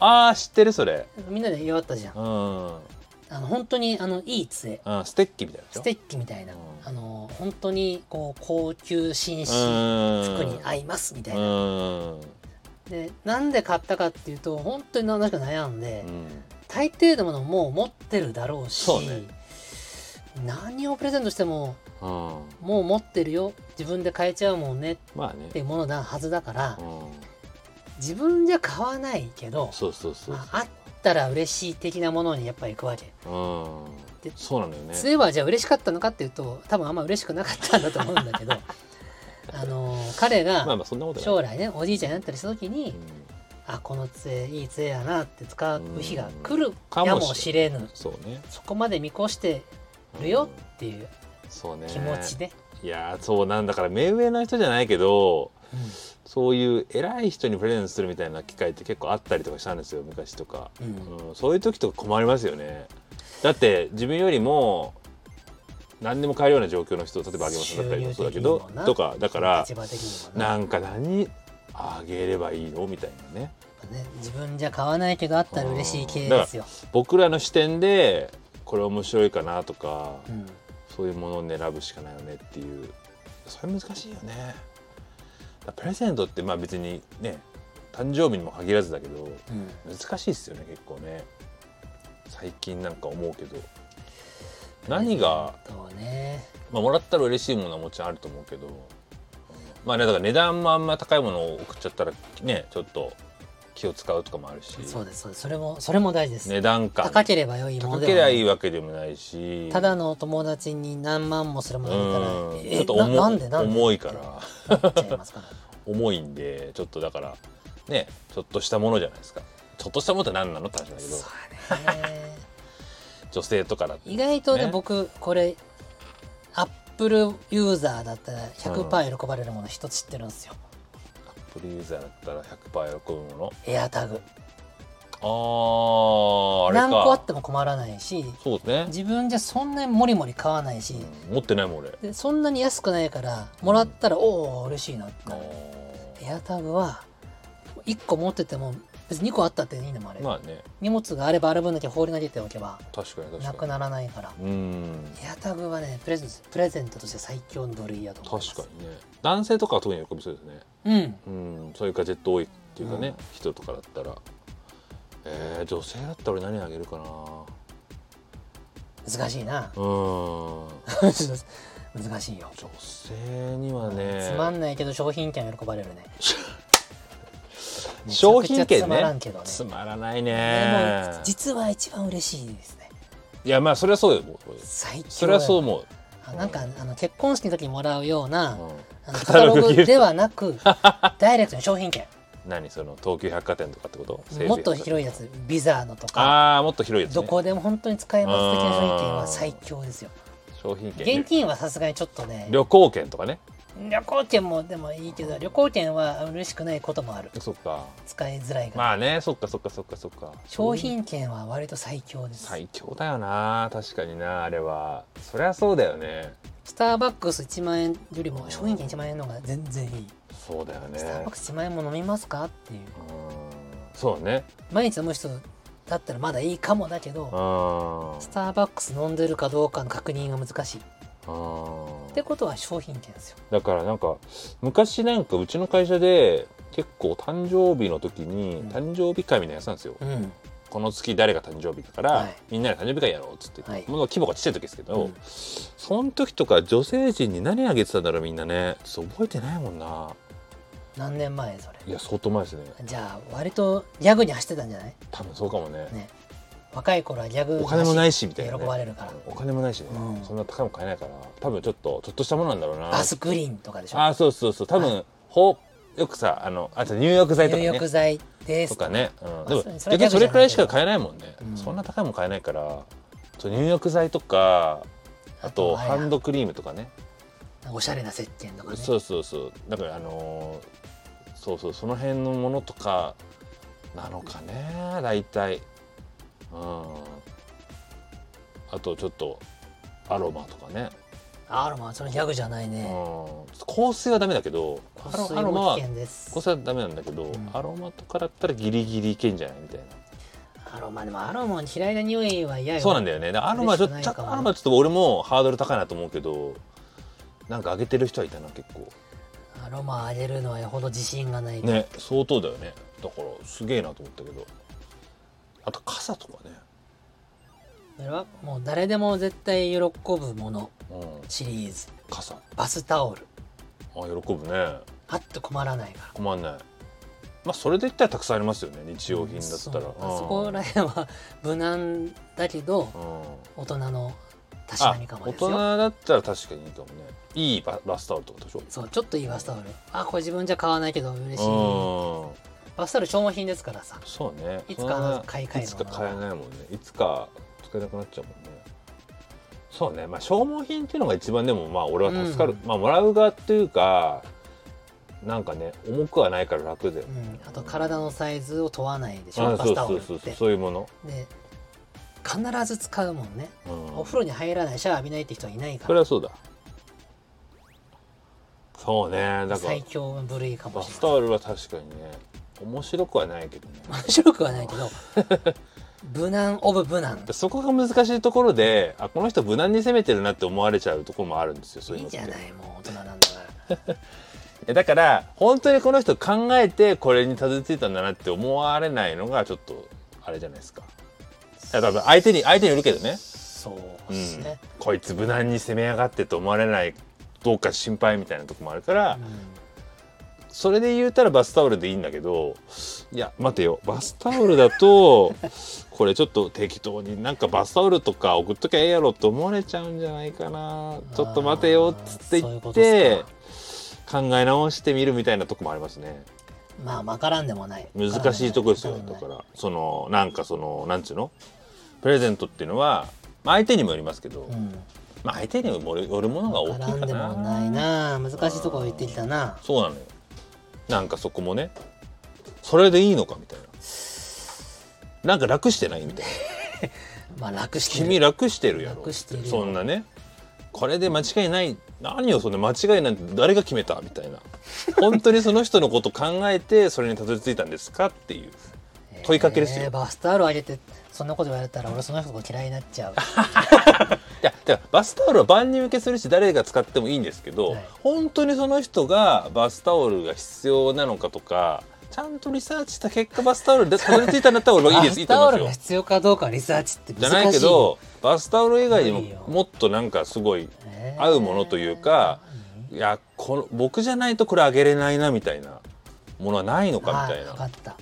Speaker 2: ああ知ってるそれ
Speaker 1: みんなで祝ったじゃん
Speaker 2: うん、うん、
Speaker 1: あの本当にあのいい杖
Speaker 2: ステッキみたいなでしょ
Speaker 1: ステッキみたいな
Speaker 2: うん
Speaker 1: あの本当にこう高級紳士服
Speaker 2: 服
Speaker 1: に合いますみたいな
Speaker 2: うん
Speaker 1: でなんで買ったかっていうと本当に何か悩んで
Speaker 2: うん
Speaker 1: 大抵のものをもう持ってるだろうし
Speaker 2: そうね
Speaker 1: 何をプレゼントしても
Speaker 2: うん
Speaker 1: もう持ってるよ自分で買えちゃうもんねっ
Speaker 2: まあね
Speaker 1: ていうものなはずだから
Speaker 2: うん
Speaker 1: 自分じゃ買わないけど
Speaker 2: そうそうそう
Speaker 1: まああったら嬉しい的なものにやっぱ行くわけ
Speaker 2: う
Speaker 1: で
Speaker 2: んそうなんだよね
Speaker 1: 杖はじゃあ嬉しかったのかっていうと多分あんま嬉しくなかったんだと思うんだ けどあのー彼
Speaker 2: まあ
Speaker 1: が
Speaker 2: まあそんなことない
Speaker 1: 将来ねおじいちゃんになったりした時
Speaker 2: う
Speaker 1: に
Speaker 2: ん
Speaker 1: あこの杖いい杖やなって使う日が来るか
Speaker 2: うんか
Speaker 1: も
Speaker 2: も
Speaker 1: し
Speaker 2: し
Speaker 1: れぬ
Speaker 2: そうね
Speaker 1: そこまで見越してるよっていう
Speaker 2: うんそうね
Speaker 1: 気持ちで、
Speaker 2: いやーそうなんだから目上の人じゃないけどそういう偉い人にプレゼントするみたいな機会って結構あったりとかしたんですよ昔とか、
Speaker 1: うんうん
Speaker 2: うん、そういう時とか困りますよねだって自分よりも何でも買えるような状況の人例えばあげまさんだったりもそうだけど
Speaker 1: 収入的にもな
Speaker 2: とかだから
Speaker 1: 立場的にもな
Speaker 2: なんか何あげればいいのみたいなね
Speaker 1: ね、自分じゃ買わないけどあったら嬉しい系ですよ。
Speaker 2: 僕らの視点でこれ面白いかなとか、
Speaker 1: うん、
Speaker 2: そういうものを選ぶしかないよねっていうそれ難しいよねだからプレゼントってまあ別にね誕生日にも限らずだけど
Speaker 1: うん、
Speaker 2: 難しいですよね結構ね最近なんか思うけど何が、
Speaker 1: そうね、
Speaker 2: まあ、もらったら嬉しいものはもちろんあると思うけどまあねだから値段もあんま高いものを送っちゃったらねちょっと気を使うとかもあるし
Speaker 1: そうです、そうです、それも、それも大事です。
Speaker 2: 値段感
Speaker 1: 高ければ良いも
Speaker 2: 高
Speaker 1: ので
Speaker 2: けり
Speaker 1: はな
Speaker 2: ゃ
Speaker 1: い
Speaker 2: いいわけでもないし
Speaker 1: いただのお友達に何万もするものだから、
Speaker 2: うん
Speaker 1: え
Speaker 2: ちょっと
Speaker 1: な
Speaker 2: 重
Speaker 1: なんでなんで
Speaker 2: 重いから
Speaker 1: なっちゃいますから。
Speaker 2: 重いんでちょっとだからねちょっとしたものじゃないですかちょっとしたものって何なのって話だけど
Speaker 1: そうだね。
Speaker 2: 女性とかだって
Speaker 1: 意外とね
Speaker 2: ね
Speaker 1: 僕これアップルユーザーだったら
Speaker 2: う
Speaker 1: 100%喜ばれるもの一つ知ってるんですよ。
Speaker 2: アップルユーザーだったら100%喜ぶも
Speaker 1: エアタグ
Speaker 2: のあーあれか
Speaker 1: 何個あっても困らないし
Speaker 2: そうですね、
Speaker 1: 自分じゃそんなにモリモリ買わないし、
Speaker 2: うん持ってないもん俺
Speaker 1: でそんなに安くないからもらったら、おお嬉しいなって
Speaker 2: あ
Speaker 1: なるエアタグは1個持ってても別に2個あったっていいのもあれ、
Speaker 2: ーまあね
Speaker 1: 荷物があればある分だけ放り投げておけば
Speaker 2: 確かに確かに
Speaker 1: なくならないから
Speaker 2: うん
Speaker 1: エアタグはねプレゼントプレゼントとして最強の部類やと思います
Speaker 2: 確かにね男性とかは特に喜びそうですね
Speaker 1: にうん
Speaker 2: うんそういうガジェット多いっていうかね、
Speaker 1: うん
Speaker 2: 人とかだったらえー、女性だったら俺何あげるかな
Speaker 1: 難しいな
Speaker 2: うん
Speaker 1: 難しいよ、
Speaker 2: 女性にはね
Speaker 1: つまんないけど商品券喜ばれるね
Speaker 2: 商品券ね
Speaker 1: めちゃくちゃつまらんけどね
Speaker 2: つまらない
Speaker 1: で
Speaker 2: ね
Speaker 1: も実は一番嬉しいですね
Speaker 2: いやまあそれはそうよもう
Speaker 1: 最強
Speaker 2: それはそう思う、
Speaker 1: あなんかあの結婚式の時にもらうような、
Speaker 2: う
Speaker 1: あのカ
Speaker 2: カタ
Speaker 1: タ
Speaker 2: ログ
Speaker 1: ロ
Speaker 2: 切る
Speaker 1: グではなく ダイレクトに商品券
Speaker 2: ん、何その東急百貨店とかってこと
Speaker 1: もっと広
Speaker 2: い
Speaker 1: いやつビザーのとか
Speaker 2: ああもっと広いやつ、ね、
Speaker 1: どこでも本当に使えます的な商品券
Speaker 2: あー
Speaker 1: は最強ですよ
Speaker 2: 商品券
Speaker 1: 現金はさすがにちょっとね
Speaker 2: 旅行券とかね
Speaker 1: 旅行券もでもいいけど旅行券は嬉しくないこともある
Speaker 2: そっか
Speaker 1: 使いづらいから、
Speaker 2: まあねそっかそっかそっかそっか
Speaker 1: 商品券は割と最強です、
Speaker 2: 最強だよな確かになあれはそりゃそうだよね
Speaker 1: スターバックス1万円よりも商品券1万円の方が全然いい、
Speaker 2: そうだよね
Speaker 1: スターバックス1万円も飲みますかっていう
Speaker 2: うんそうね
Speaker 1: 毎日飲む人だったらまだいいかもだけど、
Speaker 2: うん
Speaker 1: スターバックス飲んでるかどうかの確認が難しいっ
Speaker 2: うん
Speaker 1: てことは商品券ですよ
Speaker 2: だからなんか昔なんかうちの会社で結構誕生日の時に
Speaker 1: うん
Speaker 2: 誕生日会みたいなのやってたんですよ、
Speaker 1: うん
Speaker 2: この月誰が誕生日だから、
Speaker 1: はい
Speaker 2: みんなで誕生日会やろうっつって、
Speaker 1: はい
Speaker 2: もう規模がちっちゃい時ですけど、
Speaker 1: うん
Speaker 2: その時とか女性陣に何あげてたんだろうみんなねちょっと覚えてないもんな
Speaker 1: 何年前それ
Speaker 2: いや相当前ですね
Speaker 1: じゃあ割とギャグに走ってたんじゃない
Speaker 2: 多分そうかもね
Speaker 1: ね若い頃はギャグ
Speaker 2: お金もないいしみたいな、ね、
Speaker 1: 喜ばれるから
Speaker 2: お金もないしね、
Speaker 1: うん
Speaker 2: そんな高いもん買えないから多分ちょっとちょっとしたものなんだろうな
Speaker 1: バスグリーンとかでしょ
Speaker 2: あそうそうそう多分、ほよくさあのあと入浴剤とか
Speaker 1: 入
Speaker 2: ね
Speaker 1: 浴剤です
Speaker 2: とかね、うん、でも
Speaker 1: それそれ
Speaker 2: 逆にそれくらいしか買えないもんね、
Speaker 1: うん
Speaker 2: そんな高いもん買えないからそう入浴剤とかあ
Speaker 1: あと
Speaker 2: と
Speaker 1: あ
Speaker 2: ハ
Speaker 1: れ
Speaker 2: ンドクリームとかね
Speaker 1: おしゃれな石鹸とかね
Speaker 2: そうそうそうだからあのーそうそうその辺のものとかなのかね大体うんあとちょっとアロマとかね、
Speaker 1: アロマそれギャグじゃない
Speaker 2: うん
Speaker 1: ね、
Speaker 2: 香水はダメだけど
Speaker 1: 香水
Speaker 2: アロマ
Speaker 1: も
Speaker 2: は
Speaker 1: 危険です
Speaker 2: 香水はダメなんだけど、
Speaker 1: ん
Speaker 2: アロマとかだったらギリギリいけんじゃないみたいな
Speaker 1: アロマでもアロマの嫌いな匂いは嫌よ
Speaker 2: そうなんだよね。だからアロマちょっと
Speaker 1: 嬉しくないかもね
Speaker 2: アロマちょっと俺もハードル高いなと思うけど、なんか上げてる人はいたな結構。
Speaker 1: アロマあげるのはよほど自信がない、
Speaker 2: ね、相当だよね。だからすげえなと思ったけど。あと傘とかね。
Speaker 1: それはもう誰でも絶対喜ぶもの
Speaker 2: うん、
Speaker 1: シリーズ
Speaker 2: 傘。あ
Speaker 1: バスタオル
Speaker 2: 喜ぶね。
Speaker 1: あっと困らないか
Speaker 2: 困んない。まあそれで言ったらたくさんありますよね。日用品
Speaker 1: ら
Speaker 2: だった
Speaker 1: そ
Speaker 2: ら。
Speaker 1: う
Speaker 2: うん
Speaker 1: そこら辺は無難だけど
Speaker 2: うん。
Speaker 1: 大人のたし
Speaker 2: あ
Speaker 1: なみか、も
Speaker 2: 大
Speaker 1: ですよ
Speaker 2: 人だったら確かにいいかもね。いいババスタオルとかでしょ。
Speaker 1: そうちょっといいバスタオルあこれ自分じゃ買わないけど嬉しい
Speaker 2: うん。
Speaker 1: バスタオル消耗品ですからさ
Speaker 2: そうね
Speaker 1: いつかあの買い替え
Speaker 2: い
Speaker 1: る
Speaker 2: つ
Speaker 1: も
Speaker 2: か
Speaker 1: の
Speaker 2: 買えないもんねいつか使えなくなっちゃうもんねそうねまあ消耗品っていうのが一番でもまあ俺は助かる、
Speaker 1: う
Speaker 2: まあもらう側っていうかなんかね重くはないから楽だよ、
Speaker 1: うん、あと体のサイズを問わないでし
Speaker 2: あ
Speaker 1: ょバ
Speaker 2: そ
Speaker 1: ス
Speaker 2: う
Speaker 1: タオ
Speaker 2: そ
Speaker 1: ル
Speaker 2: う
Speaker 1: っ
Speaker 2: そうそう
Speaker 1: て
Speaker 2: そういうもの
Speaker 1: で必ず使うもんね、
Speaker 2: うん
Speaker 1: お風呂に入らないシャワー浴びないって人はいないか
Speaker 2: そ
Speaker 1: ら
Speaker 2: れはそうだそうねだから
Speaker 1: 最強の部類かも
Speaker 2: バ
Speaker 1: しれ
Speaker 2: スタ
Speaker 1: ない
Speaker 2: オルは確かにね面白くはないけどね
Speaker 1: 面白くはないけど無難オブ無難
Speaker 2: そこが難しいところであこの人無難に攻めてるなって思われちゃうところもあるんですよそういう
Speaker 1: いい
Speaker 2: のって
Speaker 1: じゃないもう大人なんだから
Speaker 2: えだから本当にこの人考えてこれにたどり着いたんだなって思われないのがちょっとあれじゃないですかいや多分相手に相手によるけどね、
Speaker 1: そう
Speaker 2: う
Speaker 1: です
Speaker 2: ん
Speaker 1: ね、、
Speaker 2: こいつ無難に攻め上がってと思われないどうか心配みたいなとこもあるから、
Speaker 1: うん
Speaker 2: それで言うたらバスタオルでいいんだけどいや待てよバスタオルだとこれちょっと適当になんかバスタオルとか送っときゃええやろって思われちゃうんじゃないかなちょっと待てよっつって
Speaker 1: あーそうい
Speaker 2: 言
Speaker 1: うこ
Speaker 2: っ
Speaker 1: とってすか
Speaker 2: 考え直してみるみたいなとこもありますね
Speaker 1: まあ分からんでもない
Speaker 2: 難しいとこですよ
Speaker 1: 分
Speaker 2: だか
Speaker 1: んでもない
Speaker 2: らそのなんかそのなんつうのプレゼントっていうのは、まあ、相手にもよりますけど、
Speaker 1: うん
Speaker 2: まあ、相手にもよるものが大きい
Speaker 1: 絡ん
Speaker 2: か
Speaker 1: でも
Speaker 2: な
Speaker 1: ないな難しいところ言ってきたな
Speaker 2: そうなのよなんかそこもねそれでいいのかみたいななんか楽してないみたいな
Speaker 1: まあ楽して
Speaker 2: 君
Speaker 1: る
Speaker 2: 楽してるやろ
Speaker 1: 楽してるよ
Speaker 2: そんなねこれで間違いない何よそんな間違いなんて誰が決めたみ たいな本当にその人のこと考えてそれにたどり着いたんですかっていう問いかけですよ
Speaker 1: えーバスタオルあげてそんなこと言われたら俺その人が嫌いになっちゃう
Speaker 2: いやだからバスタオルは万人受けするし誰が使ってもいいんですけど、
Speaker 1: はい
Speaker 2: 本当にその人がバスタオルが必要なのかとかちゃんとリサーチした結果バスタオルでたどり着いたんだったら俺はいいです い
Speaker 1: バス
Speaker 2: いと
Speaker 1: タオ
Speaker 2: 思 います
Speaker 1: ル
Speaker 2: よ
Speaker 1: が。必要かどうかはリサーチって
Speaker 2: じゃ
Speaker 1: 難しい
Speaker 2: ないけどバスタオル以外に
Speaker 1: 無理よ
Speaker 2: ももっとなんかすごい
Speaker 1: ね
Speaker 2: 合うものというかいやこの僕じゃないとこれあげれないなみたいなものはないのかみたい
Speaker 1: あ分か
Speaker 2: な
Speaker 1: った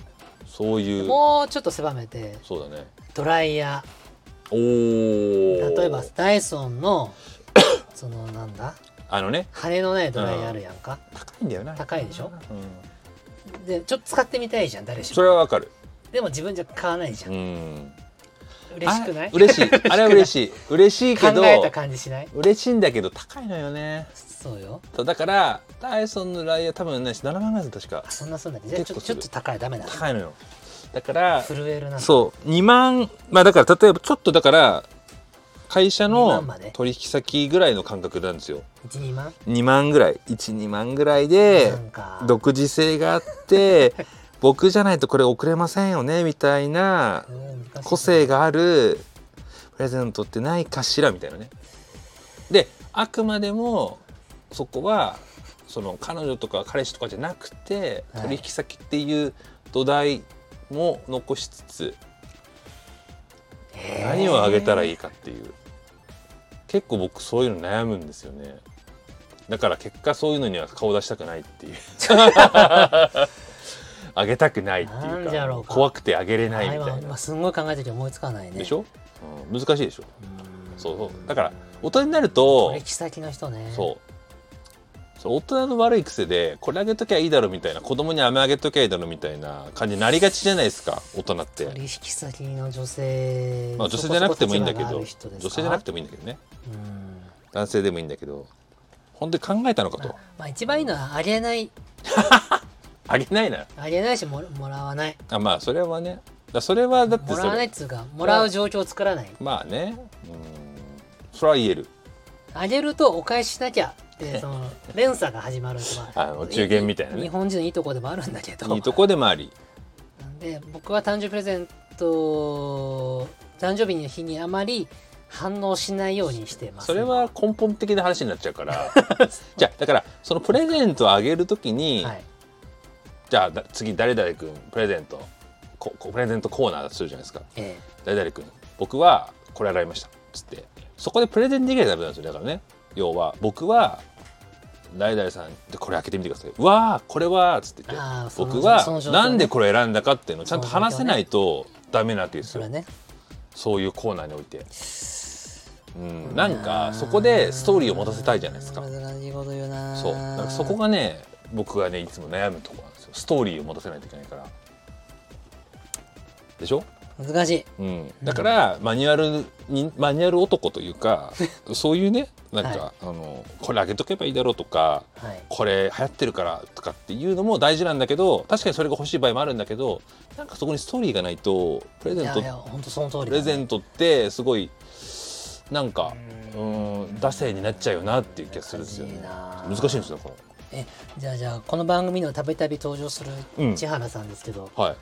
Speaker 2: そういう
Speaker 1: もうちょっと狭めて
Speaker 2: そうだね
Speaker 1: ドライヤ
Speaker 2: お
Speaker 1: ー
Speaker 2: ー
Speaker 1: 例えばダイソンの そのなんだ
Speaker 2: あのね
Speaker 1: 羽のないドライヤーあるやんか、
Speaker 2: 高いんだよな
Speaker 1: 高いでしょ、
Speaker 2: うん
Speaker 1: でちょっと使ってみたいじゃん誰し
Speaker 2: そ
Speaker 1: も
Speaker 2: れはわかる
Speaker 1: でも自分じゃ買わないじゃん、
Speaker 2: うん
Speaker 1: 嬉しくない
Speaker 2: あ嬉しいあれは嬉しい嬉しいけど
Speaker 1: 考えた感じしない
Speaker 2: 嬉しいんだけど高いのよね
Speaker 1: そうよ
Speaker 2: そうだからダイソンのライヤー多分ね7万ぐらいでする確か
Speaker 1: あそんなそんなじゃあちょ
Speaker 2: 結構
Speaker 1: ち
Speaker 2: す
Speaker 1: ょっ
Speaker 2: る
Speaker 1: と高いダメだ
Speaker 2: 高いのよだから
Speaker 1: 震えるな
Speaker 2: そう2万まあだから例えばちょっとだから会社
Speaker 1: 2
Speaker 2: の
Speaker 1: 万まで
Speaker 2: 取引先ぐらいの感覚なんですよ
Speaker 1: 12万
Speaker 2: 2万ぐらい12万ぐらいで
Speaker 1: なんか
Speaker 2: 独自性があって僕じゃないとこれ送れませんよねみたいな
Speaker 1: うん難しい
Speaker 2: 個性があるプレゼントってないかしらみたいなねであくまでもそこはその彼女とか彼氏とかじゃなくて
Speaker 1: はい
Speaker 2: 取引先っていう土台も残しつつ、
Speaker 1: えー
Speaker 2: 何をあげたらいいかっていう結構僕そういうの悩むんですよねだから結果そういうのには顔出したくな いっていうあげたくないって
Speaker 1: ないん
Speaker 2: うか
Speaker 1: じゃろうか
Speaker 2: 怖くてあげれないみ
Speaker 1: あ
Speaker 2: た
Speaker 1: 今
Speaker 2: いな
Speaker 1: 今すんごい考えてて思いつかないね
Speaker 2: でしょ、うん、難しいでしょ
Speaker 1: うん
Speaker 2: そうそうだから大人になると
Speaker 1: 取引先の人ね
Speaker 2: そうそう大人の悪い癖でこれあげときゃいいだろみたいな子供に飴あげときゃいいだろみたいな感じになりがちじゃないですか大人って、
Speaker 1: 取引先の女性
Speaker 2: まあ、女性じゃなくてもいいんだけど女性じゃなく
Speaker 1: て
Speaker 2: てもいいんだけどね
Speaker 1: うん
Speaker 2: 男性でもいいんだけど本当に考えたのかと
Speaker 1: まあ一番いいのはあげない
Speaker 2: あげないな
Speaker 1: あげないしもらもらわない
Speaker 2: あまあそれはねだそれはだって
Speaker 1: も
Speaker 2: そ
Speaker 1: らわないっ
Speaker 2: れ
Speaker 1: つうかもらう状況を作らない
Speaker 2: まあねうんそれは言える
Speaker 1: あげるとお返ししなきゃってその連鎖が始まるとか
Speaker 2: あの中元みたいな
Speaker 1: 日
Speaker 2: ね
Speaker 1: 本人のいいとこでもあるんだけど
Speaker 2: いいとこでもあり
Speaker 1: なんで僕は誕生日プレゼント誕生日の日にあまり反応しないようにしてます
Speaker 2: それは根本的な話になっちゃうから じゃあだからそのプレゼントをあげるときに、
Speaker 1: はい
Speaker 2: じゃあだ次誰々君プレゼントここプレゼントコーナーするじゃないですか
Speaker 1: え
Speaker 2: 誰々君僕はこれ洗いましたつってそこでプレゼンできないとダメなんですよだからね要は僕は誰々さんでこれ開けてみてください。うわあこれはつって言って
Speaker 1: あーその
Speaker 2: 僕
Speaker 1: その
Speaker 2: は
Speaker 1: 状況ね
Speaker 2: なんでこれ選んだかっていうのをちゃんと話せないとダメなわけで
Speaker 1: え
Speaker 2: す
Speaker 1: そ
Speaker 2: よ
Speaker 1: れはね
Speaker 2: そういうコーナーにおいて。うん、なんかそこでストーリーを持たせたいじゃないですか
Speaker 1: う。ん難しいこと言うな
Speaker 2: そうだからそこがね僕がねいつも悩むところなんですよストーリーを持たせないといけないからでしょ
Speaker 1: う難しい
Speaker 2: うん、だからマニュアルにマニュアル男というかそういうねなんか、
Speaker 1: は
Speaker 2: あのこれ上げとけばいいだろうとか
Speaker 1: はい
Speaker 2: これ流行ってるからとかっていうのも大事なんだけど確かにそれが欲しい場合もあるんだけどなんかそこにストーリーがないとプレ
Speaker 1: い
Speaker 2: ゼン
Speaker 1: や
Speaker 2: ト
Speaker 1: いや本当その通りだね
Speaker 2: プレゼントってすごいなんかう
Speaker 1: うん
Speaker 2: ん惰性になっちゃうよなっていう気がするんですよね
Speaker 1: 難
Speaker 2: 難
Speaker 1: しいな
Speaker 2: しいんですよこ
Speaker 1: えじゃあじゃあこの番組のたびたび登場する
Speaker 2: うん
Speaker 1: 千原さんですけど、
Speaker 2: のはい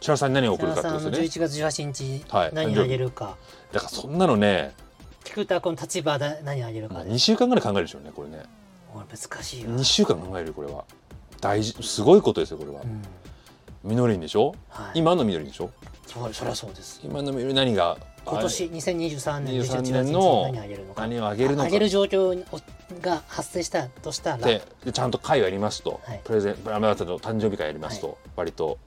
Speaker 2: 千原さんに何を
Speaker 1: 千
Speaker 2: 送る
Speaker 1: 原
Speaker 2: かって
Speaker 1: さ
Speaker 2: こ
Speaker 1: ん
Speaker 2: と
Speaker 1: の
Speaker 2: ですよね
Speaker 1: 11月18日、
Speaker 2: はい
Speaker 1: 何あげるか
Speaker 2: だからそんなのね
Speaker 1: 菊田君の立場で何あげるかで
Speaker 2: 2週間ぐらい考えるでしょうねこれね
Speaker 1: これ難しいよ、
Speaker 2: 2週間考えるよこれは大事すごいことですよこれは
Speaker 1: うん
Speaker 2: みのりんでしょ
Speaker 1: はい、
Speaker 2: 今のみのりんでしょ
Speaker 1: そそりゃそうです
Speaker 2: 今のみのりん何が
Speaker 1: 今年2023年11
Speaker 2: 23
Speaker 1: 月18
Speaker 2: 年
Speaker 1: 日
Speaker 2: の
Speaker 1: 何あげるのか
Speaker 2: 何をあげるのか
Speaker 1: あげる状況が発生したとしたら
Speaker 2: ででちゃんと会をやりますと、
Speaker 1: はい
Speaker 2: プレゼンプラマーの誕生日会やりますと、割と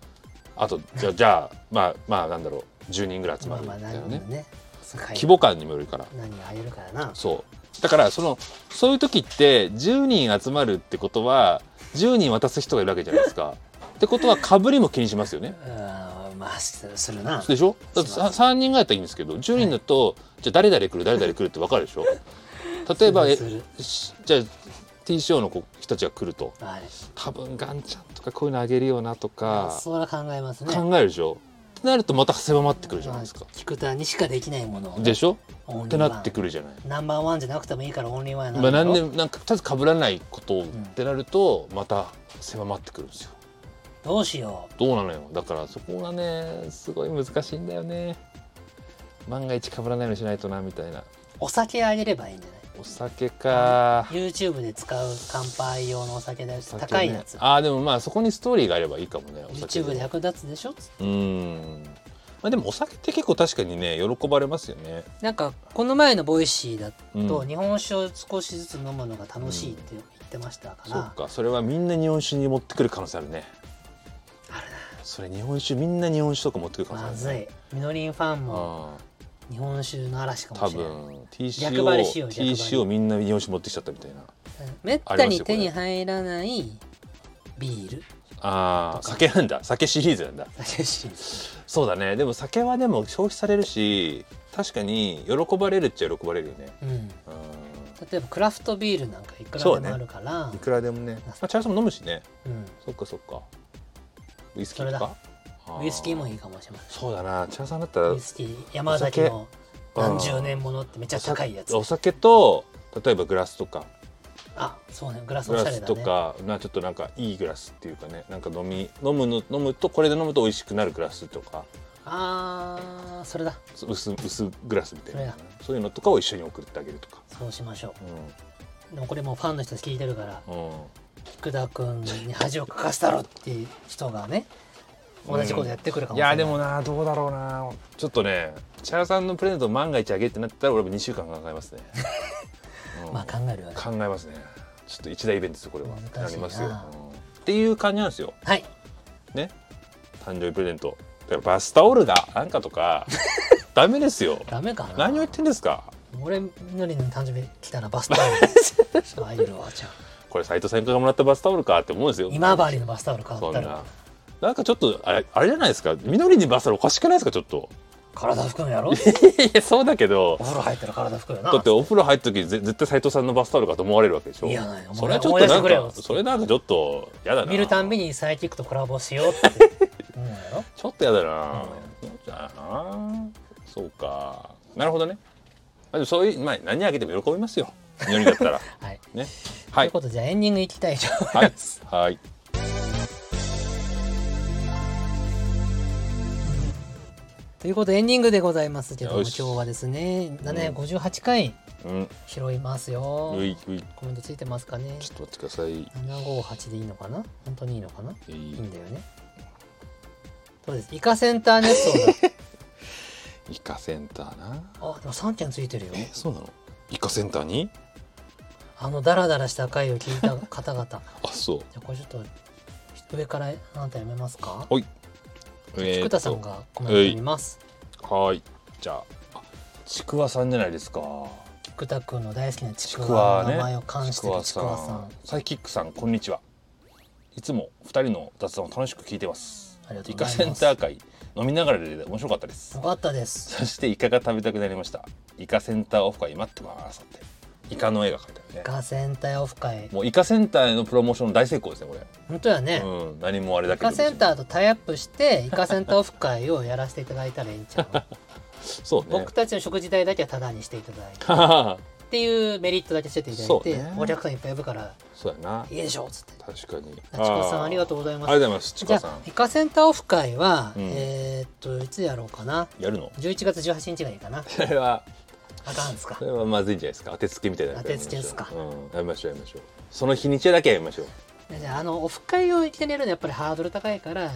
Speaker 2: あとじ ゃあじゃあまあまあなんだろう10人ぐらい集ま
Speaker 1: まあ
Speaker 2: るみ
Speaker 1: ま
Speaker 2: た
Speaker 1: あ
Speaker 2: いな
Speaker 1: 何
Speaker 2: ね
Speaker 1: ねその会
Speaker 2: 規模感にもよるから
Speaker 1: 何あげるからな
Speaker 2: そうだからそのそういう時って10人集まるってことは10人渡す人がいるわけじゃないですかってことはかぶりも気にしますよね
Speaker 1: うんまあすするな
Speaker 2: でしょだって
Speaker 1: します
Speaker 2: 3人ぐらいだったらいいんですけど10人だと、じゃあ誰々来る誰々来るって分かるでしょ例えばえ
Speaker 1: する
Speaker 2: しじゃあ TCO の子人たちが来ると
Speaker 1: はい
Speaker 2: 多分ガンちゃんとかこういうのあげるよなとか
Speaker 1: それは考えますね
Speaker 2: 考えるでしょってなるとまた狭まってくるじゃないですか
Speaker 1: まあ菊田にしかできないものを
Speaker 2: でしょ
Speaker 1: オン
Speaker 2: っ
Speaker 1: リ
Speaker 2: て
Speaker 1: ーワン
Speaker 2: なってくるじゃない
Speaker 1: ナンバーワンじゃなくてもいいからオンリーワンやな
Speaker 2: まあ何年なんかとりあえず被らないことってなるとまた狭まってくるんですよ
Speaker 1: どうしよ
Speaker 2: どうなのよだからそこがねすごい難しいんだよね万が一被らないようにしないとなみたいな
Speaker 1: うお酒あげればいいんじゃない
Speaker 2: お酒か
Speaker 1: YouTube で使う乾杯用のお酒だよ
Speaker 2: お酒ね
Speaker 1: 高いやつ、
Speaker 2: ああでもまあそこにストーリーがあればいいかもねお酒
Speaker 1: YouTube で
Speaker 2: で
Speaker 1: 役立つでしょ
Speaker 2: うーんまあでもお酒って結構確かにね喜ばれますよね
Speaker 1: なんかこの前のボイシーだ
Speaker 2: うん
Speaker 1: と日本酒を少しずつ飲むのが楽しいって言ってましたか
Speaker 2: そう
Speaker 1: ら、
Speaker 2: かそれはみんな日本酒に持ってくる可能性あるねそれ日本酒みんな日本酒とか持ってくる可能性あ
Speaker 1: ま
Speaker 2: る、ね、
Speaker 1: ずいみのりんファンも
Speaker 2: ああ
Speaker 1: 日本酒の嵐かも
Speaker 2: 多
Speaker 1: しれない
Speaker 2: 分
Speaker 1: 逆張りしよう
Speaker 2: TCO
Speaker 1: 逆張り
Speaker 2: TCO みんな日本酒持ってきちゃったみたいな
Speaker 1: めったに手に入らないビール
Speaker 2: ああ酒なんだ酒シリーズなんだ
Speaker 1: 酒シリーズ
Speaker 2: そうだねでも酒はでも消費されるし確かに喜ばれるっちゃ喜ばれるよね
Speaker 1: うん
Speaker 2: う
Speaker 1: 例えばクラフトビールなんかいくらでもあるから
Speaker 2: んいくらでもねまあチャーさんも飲むしね
Speaker 1: うん
Speaker 2: そっかそっかウイスキ
Speaker 1: そ
Speaker 2: ー
Speaker 1: れ
Speaker 2: と
Speaker 1: だ
Speaker 2: かあ
Speaker 1: ウイスキーもいいかもしれませ
Speaker 2: そうだなチャーさんだった
Speaker 1: ん
Speaker 2: ら
Speaker 1: ウイスキー山崎の
Speaker 2: お酒
Speaker 1: 何十年ものってめっちゃ高いやつ
Speaker 2: お酒と例えばグラスとか
Speaker 1: あそうねグラス
Speaker 2: グ
Speaker 1: おしゃ
Speaker 2: ラ
Speaker 1: れ
Speaker 2: ス
Speaker 1: だ
Speaker 2: と
Speaker 1: ね
Speaker 2: か、なちょっとなんかいいグラスっていうかねなんか飲み飲むの飲むとこれで飲むと美味しくなるグラスとか
Speaker 1: あーそれだ
Speaker 2: す薄薄グラスみたいな、
Speaker 1: そ
Speaker 2: そういうのとかを一緒に送ってあげるとか、
Speaker 1: そうしましょ
Speaker 2: う
Speaker 1: うでもこれもうファンの人聞いてるから
Speaker 2: んうん、
Speaker 1: 福田君に恥をかかせたろっていう人がね同じことやってくるかもし
Speaker 2: い
Speaker 1: れない,、
Speaker 2: やでもなどうだろうなちょっとね千原さんのプレゼントを万が一あげるってなったら俺も2週間考えま すね、うん
Speaker 1: まあ考えるよね
Speaker 2: 考えますねちょっと一大イベントですよこれは
Speaker 1: 難しいな
Speaker 2: なりますよ、うんっていう感じなんですよ
Speaker 1: はい
Speaker 2: ね誕生日プレゼントだからバスタオルだなんかとか ダメですよ
Speaker 1: ダメかな
Speaker 2: 何を言ってんですか
Speaker 1: 俺みのりの誕生日来たらバスタオル そうアイドルはちゃん
Speaker 2: これ斉藤さんからもらったバスタオルかって思うんですよ
Speaker 1: 今治のバスタオル買
Speaker 2: そ
Speaker 1: っ
Speaker 2: ん
Speaker 1: た
Speaker 2: な
Speaker 1: ら
Speaker 2: なんかちょっとあれあれじゃないですかみのりにバスタオルおかしくないですかちょっと
Speaker 1: 体拭くんやろ
Speaker 2: いやそうだけど
Speaker 1: お風呂入ったら体拭くよな
Speaker 2: だってお風呂入った時ぜ絶対斉藤さんのバスタオルかと思われるわけでしょ
Speaker 1: いやない
Speaker 2: それはちょっと
Speaker 1: 思い出してくれ
Speaker 2: な
Speaker 1: よ
Speaker 2: んかそれなんかちょっとやだな
Speaker 1: 見るたんびにサイキックとコラボしよう って思うやろ
Speaker 2: ちょっとやだな、じゃあなそうかなるほどねまあでもそういう、まあ、何あげても喜びますよみのりだった ら
Speaker 1: はい、
Speaker 2: ねは
Speaker 1: という
Speaker 2: い
Speaker 1: ことでじゃあエンディングいきたいと思い
Speaker 2: はい
Speaker 1: ます、
Speaker 2: はい
Speaker 1: ということでエンディングでございますけども
Speaker 2: よ
Speaker 1: 今
Speaker 2: し
Speaker 1: 日はですね758回
Speaker 2: うん
Speaker 1: 拾いますよ、
Speaker 2: ういうい
Speaker 1: コメントついてますかね
Speaker 2: ちょっと待ってください
Speaker 1: 758でいいのかな本当にいいのかないいい
Speaker 2: い
Speaker 1: んだよねそうですイカセンターネット
Speaker 2: イカセンターな
Speaker 1: だあでも3件ついてるよ
Speaker 2: えそうなのイカセンターに
Speaker 1: あのダラダラした回を聞いた方々じゃ
Speaker 2: あそう
Speaker 1: あこれちょっと上からあなた読めますか
Speaker 2: おいえーと
Speaker 1: 菊田さんがコメント見ます
Speaker 2: はいじゃああちくわさんじゃないですか
Speaker 1: 菊田君の大好きなち
Speaker 2: ち
Speaker 1: く
Speaker 2: く
Speaker 1: わ
Speaker 2: わ
Speaker 1: の
Speaker 2: ね
Speaker 1: 名前を冠してるちくわさん
Speaker 2: サイキックさんこんにちはいつも二人の雑談を楽しく聞いてます
Speaker 1: ありがとう
Speaker 2: イ
Speaker 1: ござ
Speaker 2: カ
Speaker 1: います
Speaker 2: センター会飲みながらで面白かったです
Speaker 1: よかったです
Speaker 2: そしてイカが食べたくなりましたイカセンターオフ会待ってますってイカの絵が描いてあるね
Speaker 1: が全体オフ会
Speaker 2: もうイカセンターへのプロモーション大成功ですねこれ、
Speaker 1: 本当やね、
Speaker 2: うん、何もあれだ
Speaker 1: イ
Speaker 2: けど
Speaker 1: カセンターとタイアップしてイカセンターオフ会をやらせていただいたらいいんちゃう、
Speaker 2: そうね
Speaker 1: 僕たちの食事代だけはタダにしていただいてっていうメリットだけしてていただ
Speaker 2: そ
Speaker 1: いうて、
Speaker 2: ね
Speaker 1: お客さんいっぱい呼ぶから
Speaker 2: そうやない
Speaker 1: いでしょうっつって
Speaker 2: 確かに
Speaker 1: あちこさんありがとうご
Speaker 2: う
Speaker 1: ざい
Speaker 2: ご
Speaker 1: ます
Speaker 2: ありがとうございますち
Speaker 1: じゃ
Speaker 2: こさ
Speaker 1: あ
Speaker 2: ん
Speaker 1: イカセンターオフ会は、
Speaker 2: うん
Speaker 1: えーっといつやろうかな
Speaker 2: や るの
Speaker 1: 11月18日がいいかな
Speaker 2: それは
Speaker 1: あかんすか
Speaker 2: それはまずいんじゃないですか当てつけみたいな
Speaker 1: 当てつけですか
Speaker 2: うん、やりましょうやりましょうその日にちだけやりましょう、
Speaker 1: じゃああのオフ会をいきなりやるのはやっぱりハードル高いから、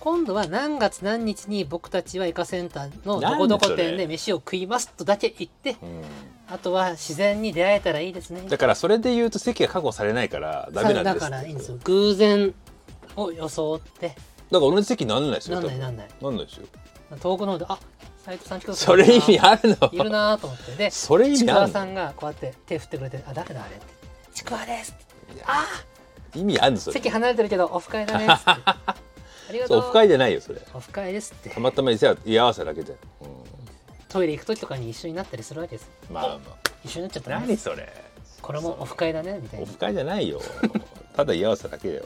Speaker 1: 今度は何月何日に僕たちはイカセンターのどこどこ店で飯を食いますとだけ言って
Speaker 2: うん
Speaker 1: あとは自然に出会えたらいいですね
Speaker 2: だからそれで言うと席が確保されないからダメなんですって
Speaker 1: だからいいんですよ偶然を装って
Speaker 2: だから同じ席になんないです
Speaker 1: な
Speaker 2: よ
Speaker 1: んない
Speaker 2: 多分
Speaker 1: なんない
Speaker 2: なんないですよ
Speaker 1: 遠くの方で「あ斉藤さん来てください
Speaker 2: それ意味ある
Speaker 1: いる
Speaker 2: の
Speaker 1: な」と思ってで
Speaker 2: それ意
Speaker 1: ち
Speaker 2: 味
Speaker 1: く
Speaker 2: あ
Speaker 1: わ
Speaker 2: る
Speaker 1: さ
Speaker 2: の
Speaker 1: んがこうやって手振ってくれて「あ誰だあれ」って「ちくわです」
Speaker 2: 意味あるのそれ
Speaker 1: 席離れてるけどオフ会だね」っつって「ありがと
Speaker 2: そう
Speaker 1: う
Speaker 2: オフ会じゃないよそれ
Speaker 1: オフ会です」って
Speaker 2: たまたま居合わせだけで、う
Speaker 1: トイレ行く時とかに一緒になったりするわけです
Speaker 2: ん、まあまあ
Speaker 1: 一緒になっちゃった
Speaker 2: 何
Speaker 1: ね
Speaker 2: それ
Speaker 1: これもオフ会だねみたい
Speaker 2: オ
Speaker 1: な
Speaker 2: フ会じゃな いよただ居合わせだけだよ、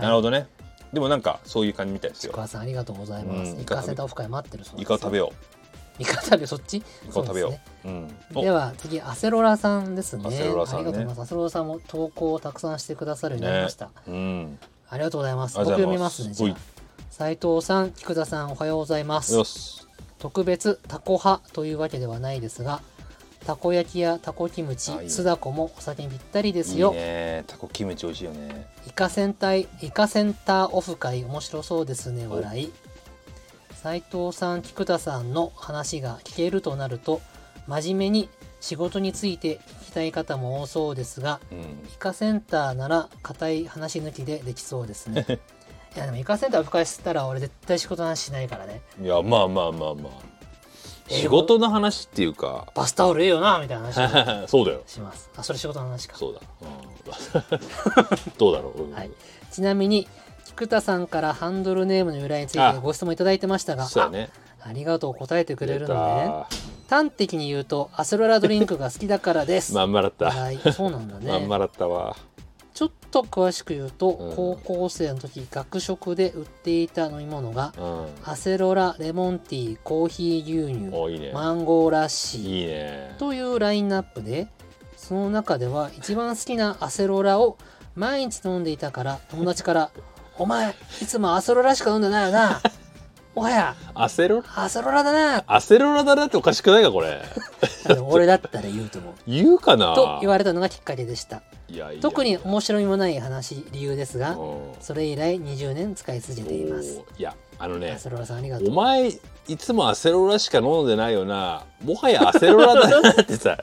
Speaker 2: なるほどねでもなんかそういう感じみたいです
Speaker 1: ち
Speaker 2: よ
Speaker 1: くわさんありがとうございます、
Speaker 2: うん
Speaker 1: イカセンターオフ会待ってるそうで
Speaker 2: イ
Speaker 1: す
Speaker 2: カを食べよ
Speaker 1: イカ食べそっちイ
Speaker 2: うイカを食べようう、ん、お
Speaker 1: では次アセロラさんですね。
Speaker 2: アセロラさんね
Speaker 1: ありがとうございます。アセロラさんも投稿をたくさんしてくださるようになりました。
Speaker 2: うん
Speaker 1: ありがとうございます。
Speaker 2: あり
Speaker 1: 僕読
Speaker 2: がとうござ
Speaker 1: み
Speaker 2: い
Speaker 1: ま
Speaker 2: ます
Speaker 1: すね。じゃあ
Speaker 2: ほい
Speaker 1: 斉藤さん、菊田さんおはようございます
Speaker 2: よ。し
Speaker 1: 特別タコ派というわけではないですが、たこ焼きやたこキムチ
Speaker 2: あいい、ね
Speaker 1: 酢だこもお酒にぴったりで
Speaker 2: い
Speaker 1: す
Speaker 2: い
Speaker 1: よ。
Speaker 2: ねタコキムチ美味しいよね
Speaker 1: イカセンタイイカセンターオフ会面白そうですね笑い斉藤さん菊田さんの話が聞けるとなると真面目に仕事について聞きたい方も多そうですが
Speaker 2: うん
Speaker 1: イカセンターなら固い話抜きでできそうです ねいやでもイカセンターオフ会したら俺絶対仕事の話しないからね
Speaker 2: いやまあまあまあまあ
Speaker 1: 英語
Speaker 2: 仕事の話ってい うか
Speaker 1: バスタオルええよなみたいな話 を
Speaker 2: そうだよ
Speaker 1: しますあそれ仕事の話か
Speaker 2: そうだ、うん どうだろう、うん
Speaker 1: はいちなみに菊田さんからハンドルネームの由来についてご質問いただいてましたが
Speaker 2: そうやね
Speaker 1: ありがとう答えてくれるのね。
Speaker 2: 出
Speaker 1: 端的に言うとアセロラドリンクが好きだからで
Speaker 2: た
Speaker 1: す。
Speaker 2: まんまだった、
Speaker 1: はい、そうなんだ
Speaker 2: まんま
Speaker 1: ね。
Speaker 2: だったわ
Speaker 1: ちょっと詳しく言うと、
Speaker 2: うん
Speaker 1: 高校生の時学食で売っていた飲み物が
Speaker 2: うん
Speaker 1: アセロラレモンティーコーヒー牛乳
Speaker 2: おいいね、
Speaker 1: マンゴーラッシ
Speaker 2: いいね
Speaker 1: ーというラインナップでその中では一番好きなアセロラを毎日飲んでいたから友達 から「お前いつもアセロラしか飲んでないよな」「おはや
Speaker 2: アセロラ
Speaker 1: アセロラだな」
Speaker 2: アセロラだなっておかしくないかこれ
Speaker 1: 多分俺だったら言うと 思う。
Speaker 2: 言うかな
Speaker 1: と言われたのがきっかけでした
Speaker 2: いやいや
Speaker 1: 特に面白みもない話理由です
Speaker 2: うん
Speaker 1: が
Speaker 2: おー
Speaker 1: それ以来20年使い続けています
Speaker 2: いやあのね
Speaker 1: アセロラさんありがと
Speaker 2: お
Speaker 1: う
Speaker 2: 前いつもアセロラしか飲んでないよなもはやアセロラだなってさ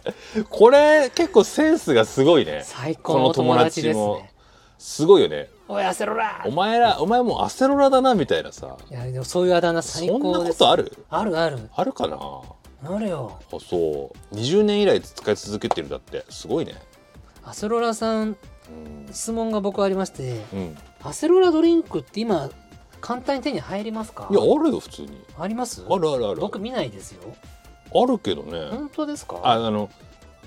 Speaker 2: これ結構センスがすごいね
Speaker 1: 最高の友達です
Speaker 2: この友達
Speaker 1: ね
Speaker 2: すごいよね
Speaker 1: おいアセロラ
Speaker 2: お前らお前もうアセロラだなみたいなさ
Speaker 1: いやでもそういうあだ名最
Speaker 2: そんな
Speaker 1: 高で
Speaker 2: こ
Speaker 1: す
Speaker 2: とある
Speaker 1: あるある
Speaker 2: あるかなあ
Speaker 1: あるよ
Speaker 2: そう20年以来使い続けてるんだってすごいね
Speaker 1: アセロラさん
Speaker 2: う
Speaker 1: 質問が僕ありまして
Speaker 2: ん、うん、い
Speaker 1: アセロラドリンクって今簡単に手に入りますか
Speaker 2: やあるよ普通に
Speaker 1: あります
Speaker 2: あるあるある
Speaker 1: 僕見ないですよ
Speaker 2: あるけどね
Speaker 1: 本当ですか
Speaker 2: ああの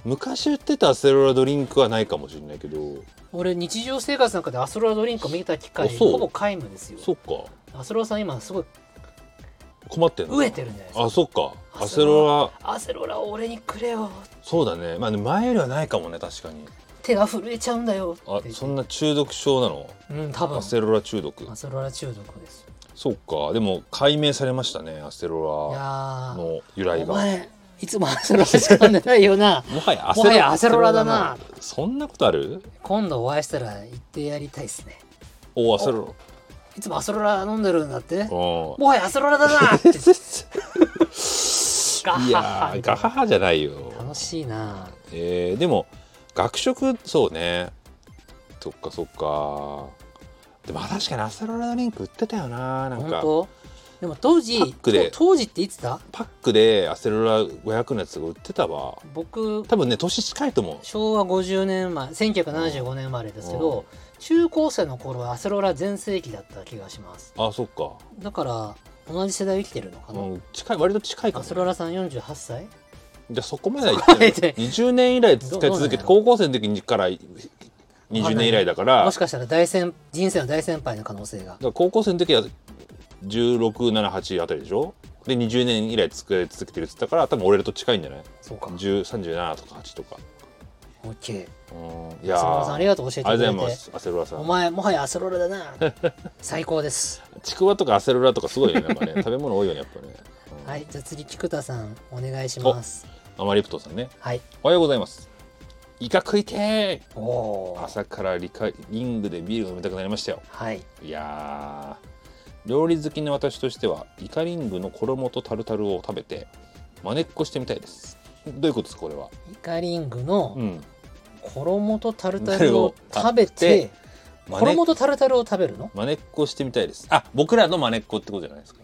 Speaker 2: 昔売ってたアセロラドリンクはないかもしれないけど
Speaker 1: 俺日常生活の中でアセロラドリンクを見た機会
Speaker 2: あそう
Speaker 1: ほぼ皆無ですよ
Speaker 2: そっか
Speaker 1: アセロラさん今すごい
Speaker 2: 困ってんの
Speaker 1: 飢えてるんじゃないですか
Speaker 2: あそっか
Speaker 1: ア
Speaker 2: ア
Speaker 1: セ
Speaker 2: セ
Speaker 1: ロ
Speaker 2: ロラ
Speaker 1: アセロラを俺にくれよ
Speaker 2: そうだねまあでも前よりはないかもね確かに
Speaker 1: 手が震えちゃうんだよ
Speaker 2: あ
Speaker 1: って
Speaker 2: そんな中毒症なの
Speaker 1: うん多分
Speaker 2: ア
Speaker 1: アセ
Speaker 2: セロラ中毒
Speaker 1: ロラ中毒です
Speaker 2: そっかでも解明されましたねアセ
Speaker 1: い
Speaker 2: ロ
Speaker 1: や
Speaker 2: ラ
Speaker 1: ー
Speaker 2: の
Speaker 1: お
Speaker 2: 由来がも
Speaker 1: 前いつもアセロラしか飲んでないよな
Speaker 2: はやア
Speaker 1: もはやアセロラだな
Speaker 2: アセロラだそんなことある
Speaker 1: 今度お会いしたら行ってやりたいっすね
Speaker 2: おアセロ
Speaker 1: いつもアセロラ飲んでるんだって
Speaker 2: ラうん
Speaker 1: もはやアセロラだなって ガ
Speaker 2: い
Speaker 1: ハ
Speaker 2: や
Speaker 1: ハ
Speaker 2: ーガハハじゃないよ
Speaker 1: 楽しいな
Speaker 2: えーでも学食そうねそっかそっかでも確かにアセロラドリンク売ってたよななん
Speaker 1: 本
Speaker 2: か
Speaker 1: 当でも当
Speaker 2: パ
Speaker 1: 時
Speaker 2: ックで
Speaker 1: と当時っていつだ
Speaker 2: パックでアセロラ500のやつが売ってたわ
Speaker 1: 僕
Speaker 2: 多分ね年近いと思
Speaker 1: 昭和50年前1975年生まれですけど、
Speaker 2: うん
Speaker 1: 中高生の頃はアセロラ全盛期だった気がします
Speaker 2: うあそっか
Speaker 1: だから同じ世代を生きてるのかな、
Speaker 2: うん、近い割と近いか
Speaker 1: あ
Speaker 2: も
Speaker 1: そららさん48歳
Speaker 2: じゃあそこまでは行って
Speaker 1: そこま
Speaker 2: ない
Speaker 1: で
Speaker 2: 20年以来使い
Speaker 1: どどうな
Speaker 2: 続
Speaker 1: んや
Speaker 2: け
Speaker 1: ろ
Speaker 2: て高校生の時にから20年以来だから
Speaker 1: もしかしたら大先人生の大先輩の可能性が
Speaker 2: だから高校生の時は1678あたりでしょで20年以来使い続けてるっつったから多分俺らと近いんじゃない
Speaker 1: そうか
Speaker 2: ?1037 とか8とか
Speaker 1: OK
Speaker 2: うんい
Speaker 1: ア
Speaker 2: や
Speaker 1: セロラさんあり
Speaker 2: が
Speaker 1: がとう教えて
Speaker 2: あ
Speaker 1: く
Speaker 2: りが
Speaker 1: れ
Speaker 2: とうございま
Speaker 1: て
Speaker 2: すアセロラさ
Speaker 1: お
Speaker 2: ん
Speaker 1: 前もはやアセロラだな 最高です
Speaker 2: ちくわとかアセロラとかすごいよねやっぱね食べ物多いよねやっぱね、うん
Speaker 1: はいじゃあ次菊田さんお願いします
Speaker 2: アマリプトさんね
Speaker 1: はい
Speaker 2: おはようございますイカ食いてー
Speaker 1: おおー
Speaker 2: 朝からリカリングでビールが飲みたくなりましたよ
Speaker 1: はい
Speaker 2: いやー料理好きの私としてはイカリングの衣とタルタルを食べてまねっこしてみたいですどういうことですかこれは
Speaker 1: イカリングの
Speaker 2: うん
Speaker 1: 衣とタルタルを食べて
Speaker 2: まね
Speaker 1: 衣とタルタルを食べるの
Speaker 2: まねっこしてみたいですあ僕らのまねっこってことじゃないですか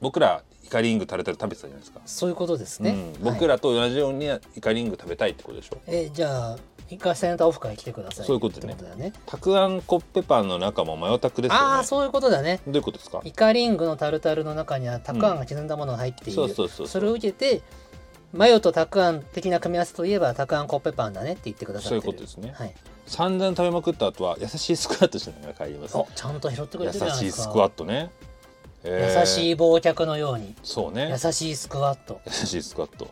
Speaker 2: 僕らイカリングタルタル食べてたじゃないですか、
Speaker 1: そういうことですね、
Speaker 2: うん、僕
Speaker 1: ら、
Speaker 2: らと同じようにイカリング食べたいってことでしょ
Speaker 1: えじゃあイカセンターオフ会来てください
Speaker 2: そういうことね
Speaker 1: ってだよね
Speaker 2: たくあんコッペパンの中もマヨタクですよね
Speaker 1: ああそういうことだね
Speaker 2: どういうことですか
Speaker 1: イカリングのタルタルの中にはたくあんが刻んだものが入っている、
Speaker 2: そうそうそう
Speaker 1: それを受けてマヨとたくあん的な組み合わせといえばたくあんコッペパンだねって言ってくださっ
Speaker 2: そ
Speaker 1: て
Speaker 2: うい
Speaker 1: る
Speaker 2: うことですね、
Speaker 1: はい、
Speaker 2: 散々食べまくった後は優しいスクワットしながら帰ります
Speaker 1: おちゃんと拾ってくれ
Speaker 2: 優
Speaker 1: てるじゃない
Speaker 2: し
Speaker 1: で
Speaker 2: い
Speaker 1: す
Speaker 2: ス
Speaker 1: か
Speaker 2: クワットね、えー
Speaker 1: 優しい忘却のように
Speaker 2: そうね
Speaker 1: 優しいスクワット
Speaker 2: 優しいスクワット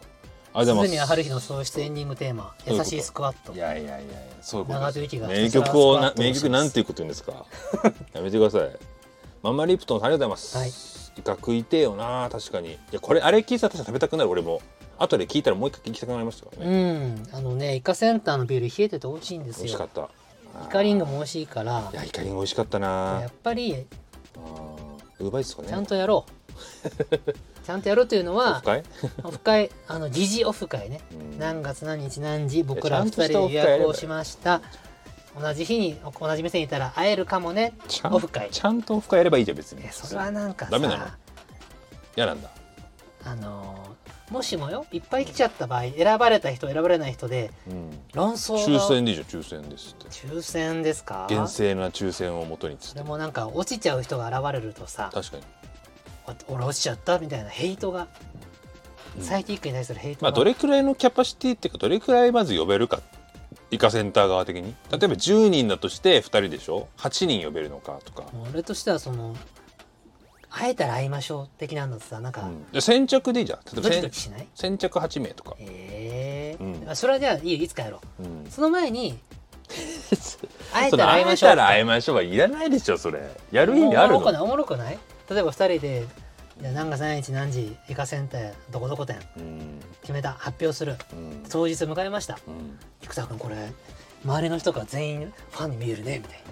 Speaker 2: ありがとうご
Speaker 1: 鈴
Speaker 2: ざい
Speaker 1: 宮
Speaker 2: ます
Speaker 1: 春日の喪失エンディングテーマ「
Speaker 2: そう
Speaker 1: 優
Speaker 2: いうこと
Speaker 1: しいスクワット
Speaker 2: い」やいやいやいやそういうこと
Speaker 1: 長手
Speaker 2: です
Speaker 1: 力が
Speaker 2: 名曲をな
Speaker 1: ひたすらスクワットをします
Speaker 2: 名曲なんていうこと言うんで すかやめてくださいママリプトンさんありがとうございます、
Speaker 1: はい
Speaker 2: イカ食いてえよな確かにいやこれあれ聞いたら確かに食べたくなる俺も後で聞いたらもう一回聞きたくなりましたから
Speaker 1: う
Speaker 2: ね、
Speaker 1: んあのねイカセンターのビール冷えてて美味しいんで
Speaker 2: 美
Speaker 1: す
Speaker 2: 味しか
Speaker 1: よ
Speaker 2: った
Speaker 1: イカリング
Speaker 2: も
Speaker 1: も美味しいから
Speaker 2: いやイカリング美味しかった
Speaker 1: や
Speaker 2: な
Speaker 1: っぱり
Speaker 2: ウーバーイーツとかね
Speaker 1: ちゃんとやろ うちゃんとやろうというのは
Speaker 2: 深い
Speaker 1: オフ会あの疑似オフ会ね、
Speaker 2: うん
Speaker 1: 何月何日何時僕ら
Speaker 2: いや
Speaker 1: 2
Speaker 2: ちゃんと
Speaker 1: 人
Speaker 2: し
Speaker 1: で
Speaker 2: た
Speaker 1: 予約
Speaker 2: オ
Speaker 1: を
Speaker 2: フ会
Speaker 1: し
Speaker 2: やれば
Speaker 1: ました同じ日に同じ店にいたら会えるかもね
Speaker 2: ちゃん
Speaker 1: オフ会
Speaker 2: ちゃんとオフ会やればいいじゃん別に
Speaker 1: えそれはなんかさ
Speaker 2: ダメなの嫌なんだ
Speaker 1: あのーもしもよいっぱい来ちゃった場合選ばれた人選ばれない人で
Speaker 2: うん
Speaker 1: 論争
Speaker 2: 抽
Speaker 1: が
Speaker 2: 選でいいじゃん抽選ですって
Speaker 1: 抽選ですか
Speaker 2: 厳正な抽選をもとにっつっ
Speaker 1: そ
Speaker 2: て
Speaker 1: れもなんか落ちちゃう人が現れるとさ
Speaker 2: 確かに
Speaker 1: 俺落ちちゃったみたいなヘイトが、
Speaker 2: うん
Speaker 1: サイキックに対するヘイト
Speaker 2: ま
Speaker 1: が、
Speaker 2: あどれくらいのキャパシティっていうかどれくらいまず呼べるかイカセンター側的に例えば10人だとして2人でしょ8人呼べるのかとか、
Speaker 1: 俺としてはその会えたら会いましょう的なんだとさなん
Speaker 2: う
Speaker 1: か
Speaker 2: ん、で先着でいいじゃん
Speaker 1: ド
Speaker 2: 例え
Speaker 1: キド
Speaker 2: ば先
Speaker 1: キしない、
Speaker 2: 先着8名とか、
Speaker 1: ええ
Speaker 2: うん
Speaker 1: あそれはじゃあいいよいつかやろ
Speaker 2: うん
Speaker 1: うその前 に
Speaker 2: そ
Speaker 1: 会え
Speaker 2: そ
Speaker 1: た
Speaker 2: の
Speaker 1: ら会
Speaker 2: 会
Speaker 1: いま
Speaker 2: え
Speaker 1: しょう
Speaker 2: たら会いましょうはいらないでしょそれやる意味ある
Speaker 1: もうおもろく
Speaker 2: の
Speaker 1: ないおもろくない例えば二人でいや何月何日何時イカセンターどこどこ店
Speaker 2: うん
Speaker 1: 決めた発表する
Speaker 2: うん
Speaker 1: 当日迎えました
Speaker 2: うん
Speaker 1: 菊田君これ周りの人が全員ファンに見えるねみたい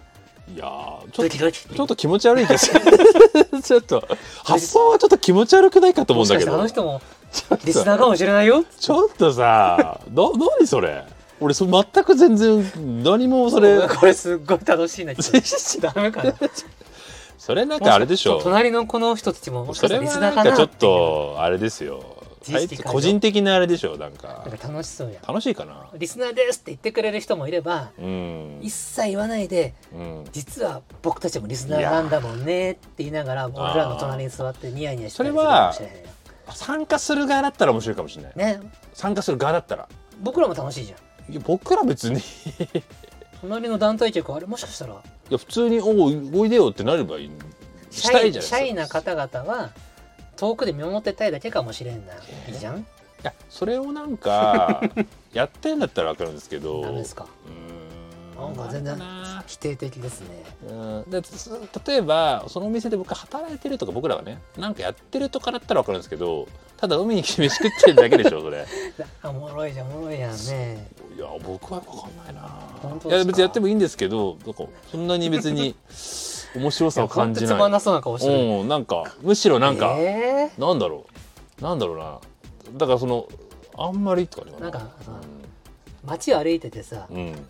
Speaker 1: ない
Speaker 2: やーち
Speaker 1: ド
Speaker 2: ょっと
Speaker 1: キドキ
Speaker 2: ちょっと気持ち悪いです ちょっと発想はちょっと気持ち悪くないかと思
Speaker 1: も
Speaker 2: うん
Speaker 1: し
Speaker 2: だ
Speaker 1: かし
Speaker 2: け
Speaker 1: て
Speaker 2: ど
Speaker 1: あの人も
Speaker 2: ちょっと
Speaker 1: リスナーかもしれないよ
Speaker 2: ちょっとさ、な、何それ。俺、それ全く全然、何もそれ。
Speaker 1: これすっごい楽しいな ちょっとダメかな
Speaker 2: それなんかあれでしょ
Speaker 1: もか隣のこの人たちももしか
Speaker 2: そ
Speaker 1: した
Speaker 2: れ
Speaker 1: らリス
Speaker 2: は
Speaker 1: ナ
Speaker 2: な
Speaker 1: ー
Speaker 2: ん
Speaker 1: かな
Speaker 2: かちょ
Speaker 1: っ
Speaker 2: って
Speaker 1: いう
Speaker 2: と、あれですよ。
Speaker 1: 自意識過剰
Speaker 2: 個人的なあれでしょなんか
Speaker 1: なん。か楽しそうやん
Speaker 2: 楽しいかな。
Speaker 1: リスナーですって言ってくれる人もいれば
Speaker 2: うん
Speaker 1: 一。切言わないで
Speaker 2: うん。
Speaker 1: 実は僕たちもリスナーなんだもんねって言いながら俺らの隣に座ってニヤニヤしてたりするかもしれないよ
Speaker 2: 参加する側だったら面白いかもしれない。
Speaker 1: ね
Speaker 2: 参加する側だったら。
Speaker 1: 僕らも楽しいじゃん
Speaker 2: いや僕ら別にい
Speaker 1: 隣の団体客あれもしかしたら
Speaker 2: や普通に「おおおいでよ」ってなればいい
Speaker 1: シ
Speaker 2: した
Speaker 1: ャ
Speaker 2: い
Speaker 1: イ
Speaker 2: じゃないです
Speaker 1: シ
Speaker 2: か
Speaker 1: ャイな方々は遠くで見守ってたいだけかもしれんないいじゃん
Speaker 2: いやそれをな んかやってんだったら分かるんですけど
Speaker 1: ダメですか
Speaker 2: うー
Speaker 1: なんんか全然
Speaker 2: な
Speaker 1: 否定的ですね
Speaker 2: うんでつ例えばそのお店で僕働いてるとか僕らはねなんかやってるとかだったら分かるんですけどただ海に来て飯食ってるだけでしょそれ
Speaker 1: あおもろいじゃんおもろいやんね
Speaker 2: いや僕は分かんないな
Speaker 1: 本当ですか
Speaker 2: いや別にやってもいいんですけどなんかそんなに別に面白さを感じ
Speaker 1: いやほんとつまん
Speaker 2: ない
Speaker 1: なそうな顔してる
Speaker 2: うんなんかむしろなんか、
Speaker 1: え
Speaker 2: なんだろうなんだろうなだからそのあんまりとか
Speaker 1: なんかさー街を歩いててさ
Speaker 2: うん、うん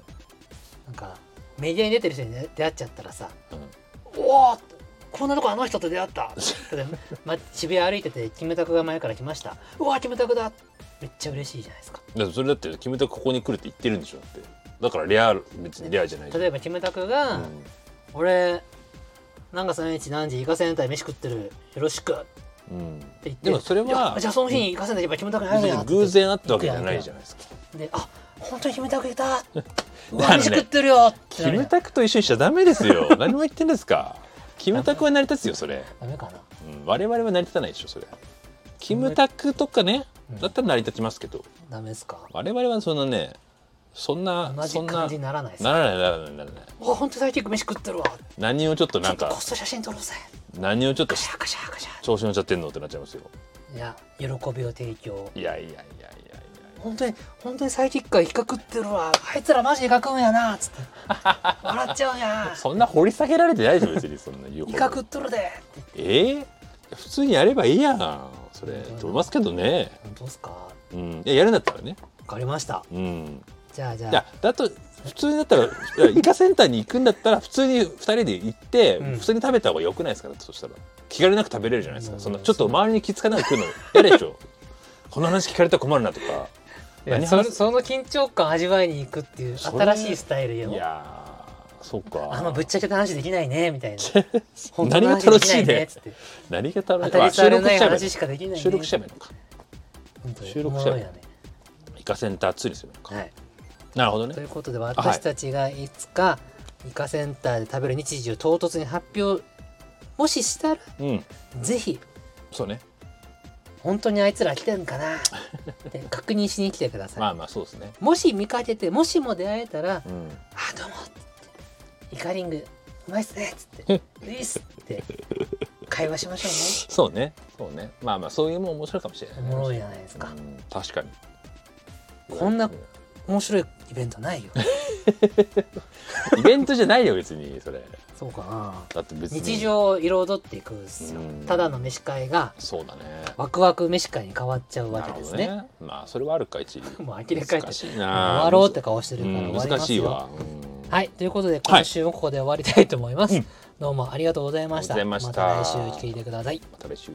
Speaker 1: なんかメディアに出てる人に出出会っちゃったらさ
Speaker 2: うん
Speaker 1: おおこんなとこあの人と出会 った例えばま渋谷歩いててキムタクが前から来ましたうわキムタクだめっちゃ嬉しいじゃないですか
Speaker 2: だってそれだってキムタクここに来るって言ってるんでしょだってだからレア別にレアじゃないじゃん
Speaker 1: 例えばキムタクが、
Speaker 2: うん
Speaker 1: 俺何月何日何時イカセンターで飯食ってるよろしく
Speaker 2: うん、
Speaker 1: 言って
Speaker 2: でもそれはい
Speaker 1: やじゃあその日に行かせないとやっぱキムタクに会え
Speaker 2: 別
Speaker 1: るやん
Speaker 2: に
Speaker 1: って
Speaker 2: 偶然あったわけじゃないじゃないですか
Speaker 1: であ本当にキムタクいたう
Speaker 2: だか
Speaker 1: わ
Speaker 2: らね
Speaker 1: 飯食ってるよって
Speaker 2: キ
Speaker 1: なるや
Speaker 2: ム
Speaker 1: ん
Speaker 2: タクと一緒にしちゃダメですよ 何も言ってんですかキムタクは成り立つよそれ、
Speaker 1: ダメかな
Speaker 2: うん、我々は成り立たないでしょそれキムタクとかね
Speaker 1: うん
Speaker 2: だったら成り立ちますけど
Speaker 1: ダメですか
Speaker 2: 我々はそんなねそんな
Speaker 1: 同
Speaker 2: そ
Speaker 1: じ
Speaker 2: んな
Speaker 1: 感じにならないです
Speaker 2: な
Speaker 1: から
Speaker 2: ないならないならない
Speaker 1: お本当に大キック飯食ってるわ
Speaker 2: 何をちょっと
Speaker 1: ち
Speaker 2: な
Speaker 1: ょ
Speaker 2: ん
Speaker 1: っと
Speaker 2: か
Speaker 1: こっそり写真撮ろうぜ
Speaker 2: 何をちょっと
Speaker 1: カシャカシャカシャ
Speaker 2: 調子乗っちゃってんのってなっちゃいますよ
Speaker 1: いや喜びを提供
Speaker 2: いやいやいやいやいや
Speaker 1: 本当に本当にサイキックがイカ食ってるわあいつらマジイカ食うんやなっつって笑っちゃう や
Speaker 2: そんな掘り下げられてないでしょ別 にそんな言うんほ
Speaker 1: イ
Speaker 2: ど
Speaker 1: カ食っとるでって
Speaker 2: ええ普通にやればいいやんそれと思いますけどね
Speaker 1: 本当ですかわ
Speaker 2: うんいややるんだったらね
Speaker 1: かりました
Speaker 2: うん
Speaker 1: じゃあじゃ
Speaker 2: いや
Speaker 1: あ
Speaker 2: だと普通にだったらいやイカセンターに行くんだったら普通に2人で行って、
Speaker 1: うん
Speaker 2: 普通に食べた方が良くないですかだってそしたら気軽なく食べれるじゃないですか、
Speaker 1: うん
Speaker 2: そんなちょっと周りに気付かないで来るの嫌でしょこの話聞かれたら困るなとか
Speaker 1: いや
Speaker 2: 何
Speaker 1: そ
Speaker 2: 話
Speaker 1: れ
Speaker 2: す
Speaker 1: その緊張感味わいに行くっていう
Speaker 2: それ
Speaker 1: 新しいスタイル
Speaker 2: い
Speaker 1: よ
Speaker 2: やーそうか
Speaker 1: あんまぶっちゃけた話できないねみた いな本当
Speaker 2: 何
Speaker 1: の
Speaker 2: が
Speaker 1: 話で
Speaker 2: 楽
Speaker 1: き
Speaker 2: し
Speaker 1: ないいね
Speaker 2: ね
Speaker 1: っ つって
Speaker 2: 何が楽
Speaker 1: 当
Speaker 2: したい
Speaker 1: り障りの
Speaker 2: あ
Speaker 1: ない
Speaker 2: 収録
Speaker 1: 話
Speaker 2: し
Speaker 1: しかできないね
Speaker 2: 収録しちゃえばいいのか
Speaker 1: 本当に
Speaker 2: 収録し
Speaker 1: お
Speaker 2: ちゃえ
Speaker 1: もろ
Speaker 2: ばい
Speaker 1: い
Speaker 2: い
Speaker 1: よね
Speaker 2: イカセンター2にするのか、
Speaker 1: はい
Speaker 2: なるほど
Speaker 1: とい
Speaker 2: ね
Speaker 1: うことで私たちがいつかイカセンターで食べる日時を唐突に発表もししたら
Speaker 2: うん
Speaker 1: ぜひ
Speaker 2: そうね
Speaker 1: 本当にあいつら来てんかな って確認しに来てください、
Speaker 2: まあまあそうですね
Speaker 1: もし見かけてもしも出会えたら「
Speaker 2: うん
Speaker 1: あどうも」イカリングうまいっすね」っつ って「ういっす」って会話しまし
Speaker 2: そうねそうねまあまあそういうもん面白いかもしれ
Speaker 1: ょうね
Speaker 2: ないね
Speaker 1: おもろいじゃないですか
Speaker 2: うん確かに
Speaker 1: こんな面白いイベントないよ
Speaker 2: イベントじゃないよ別にそれ
Speaker 1: そうかな
Speaker 2: だって別に
Speaker 1: 日常を彩っていくんですよ
Speaker 2: うん
Speaker 1: ただの飯会が
Speaker 2: そうだね
Speaker 1: ワクワク飯会に変わっちゃうわ
Speaker 2: な
Speaker 1: け
Speaker 2: るほ
Speaker 1: です
Speaker 2: ど
Speaker 1: ね
Speaker 2: ねまあそれはあるか一理
Speaker 1: もう呆れ返って
Speaker 2: 難しい
Speaker 1: 終
Speaker 2: な
Speaker 1: わろうって顔して
Speaker 2: う
Speaker 1: るから終
Speaker 2: ん
Speaker 1: わりますよ、
Speaker 2: 難しいわうん
Speaker 1: はい、ということで今週もここで終わりたいと思います。
Speaker 2: はい
Speaker 1: どうもありがとうございました。
Speaker 2: ありがとうございました
Speaker 1: また来週聞いてください。
Speaker 2: また来週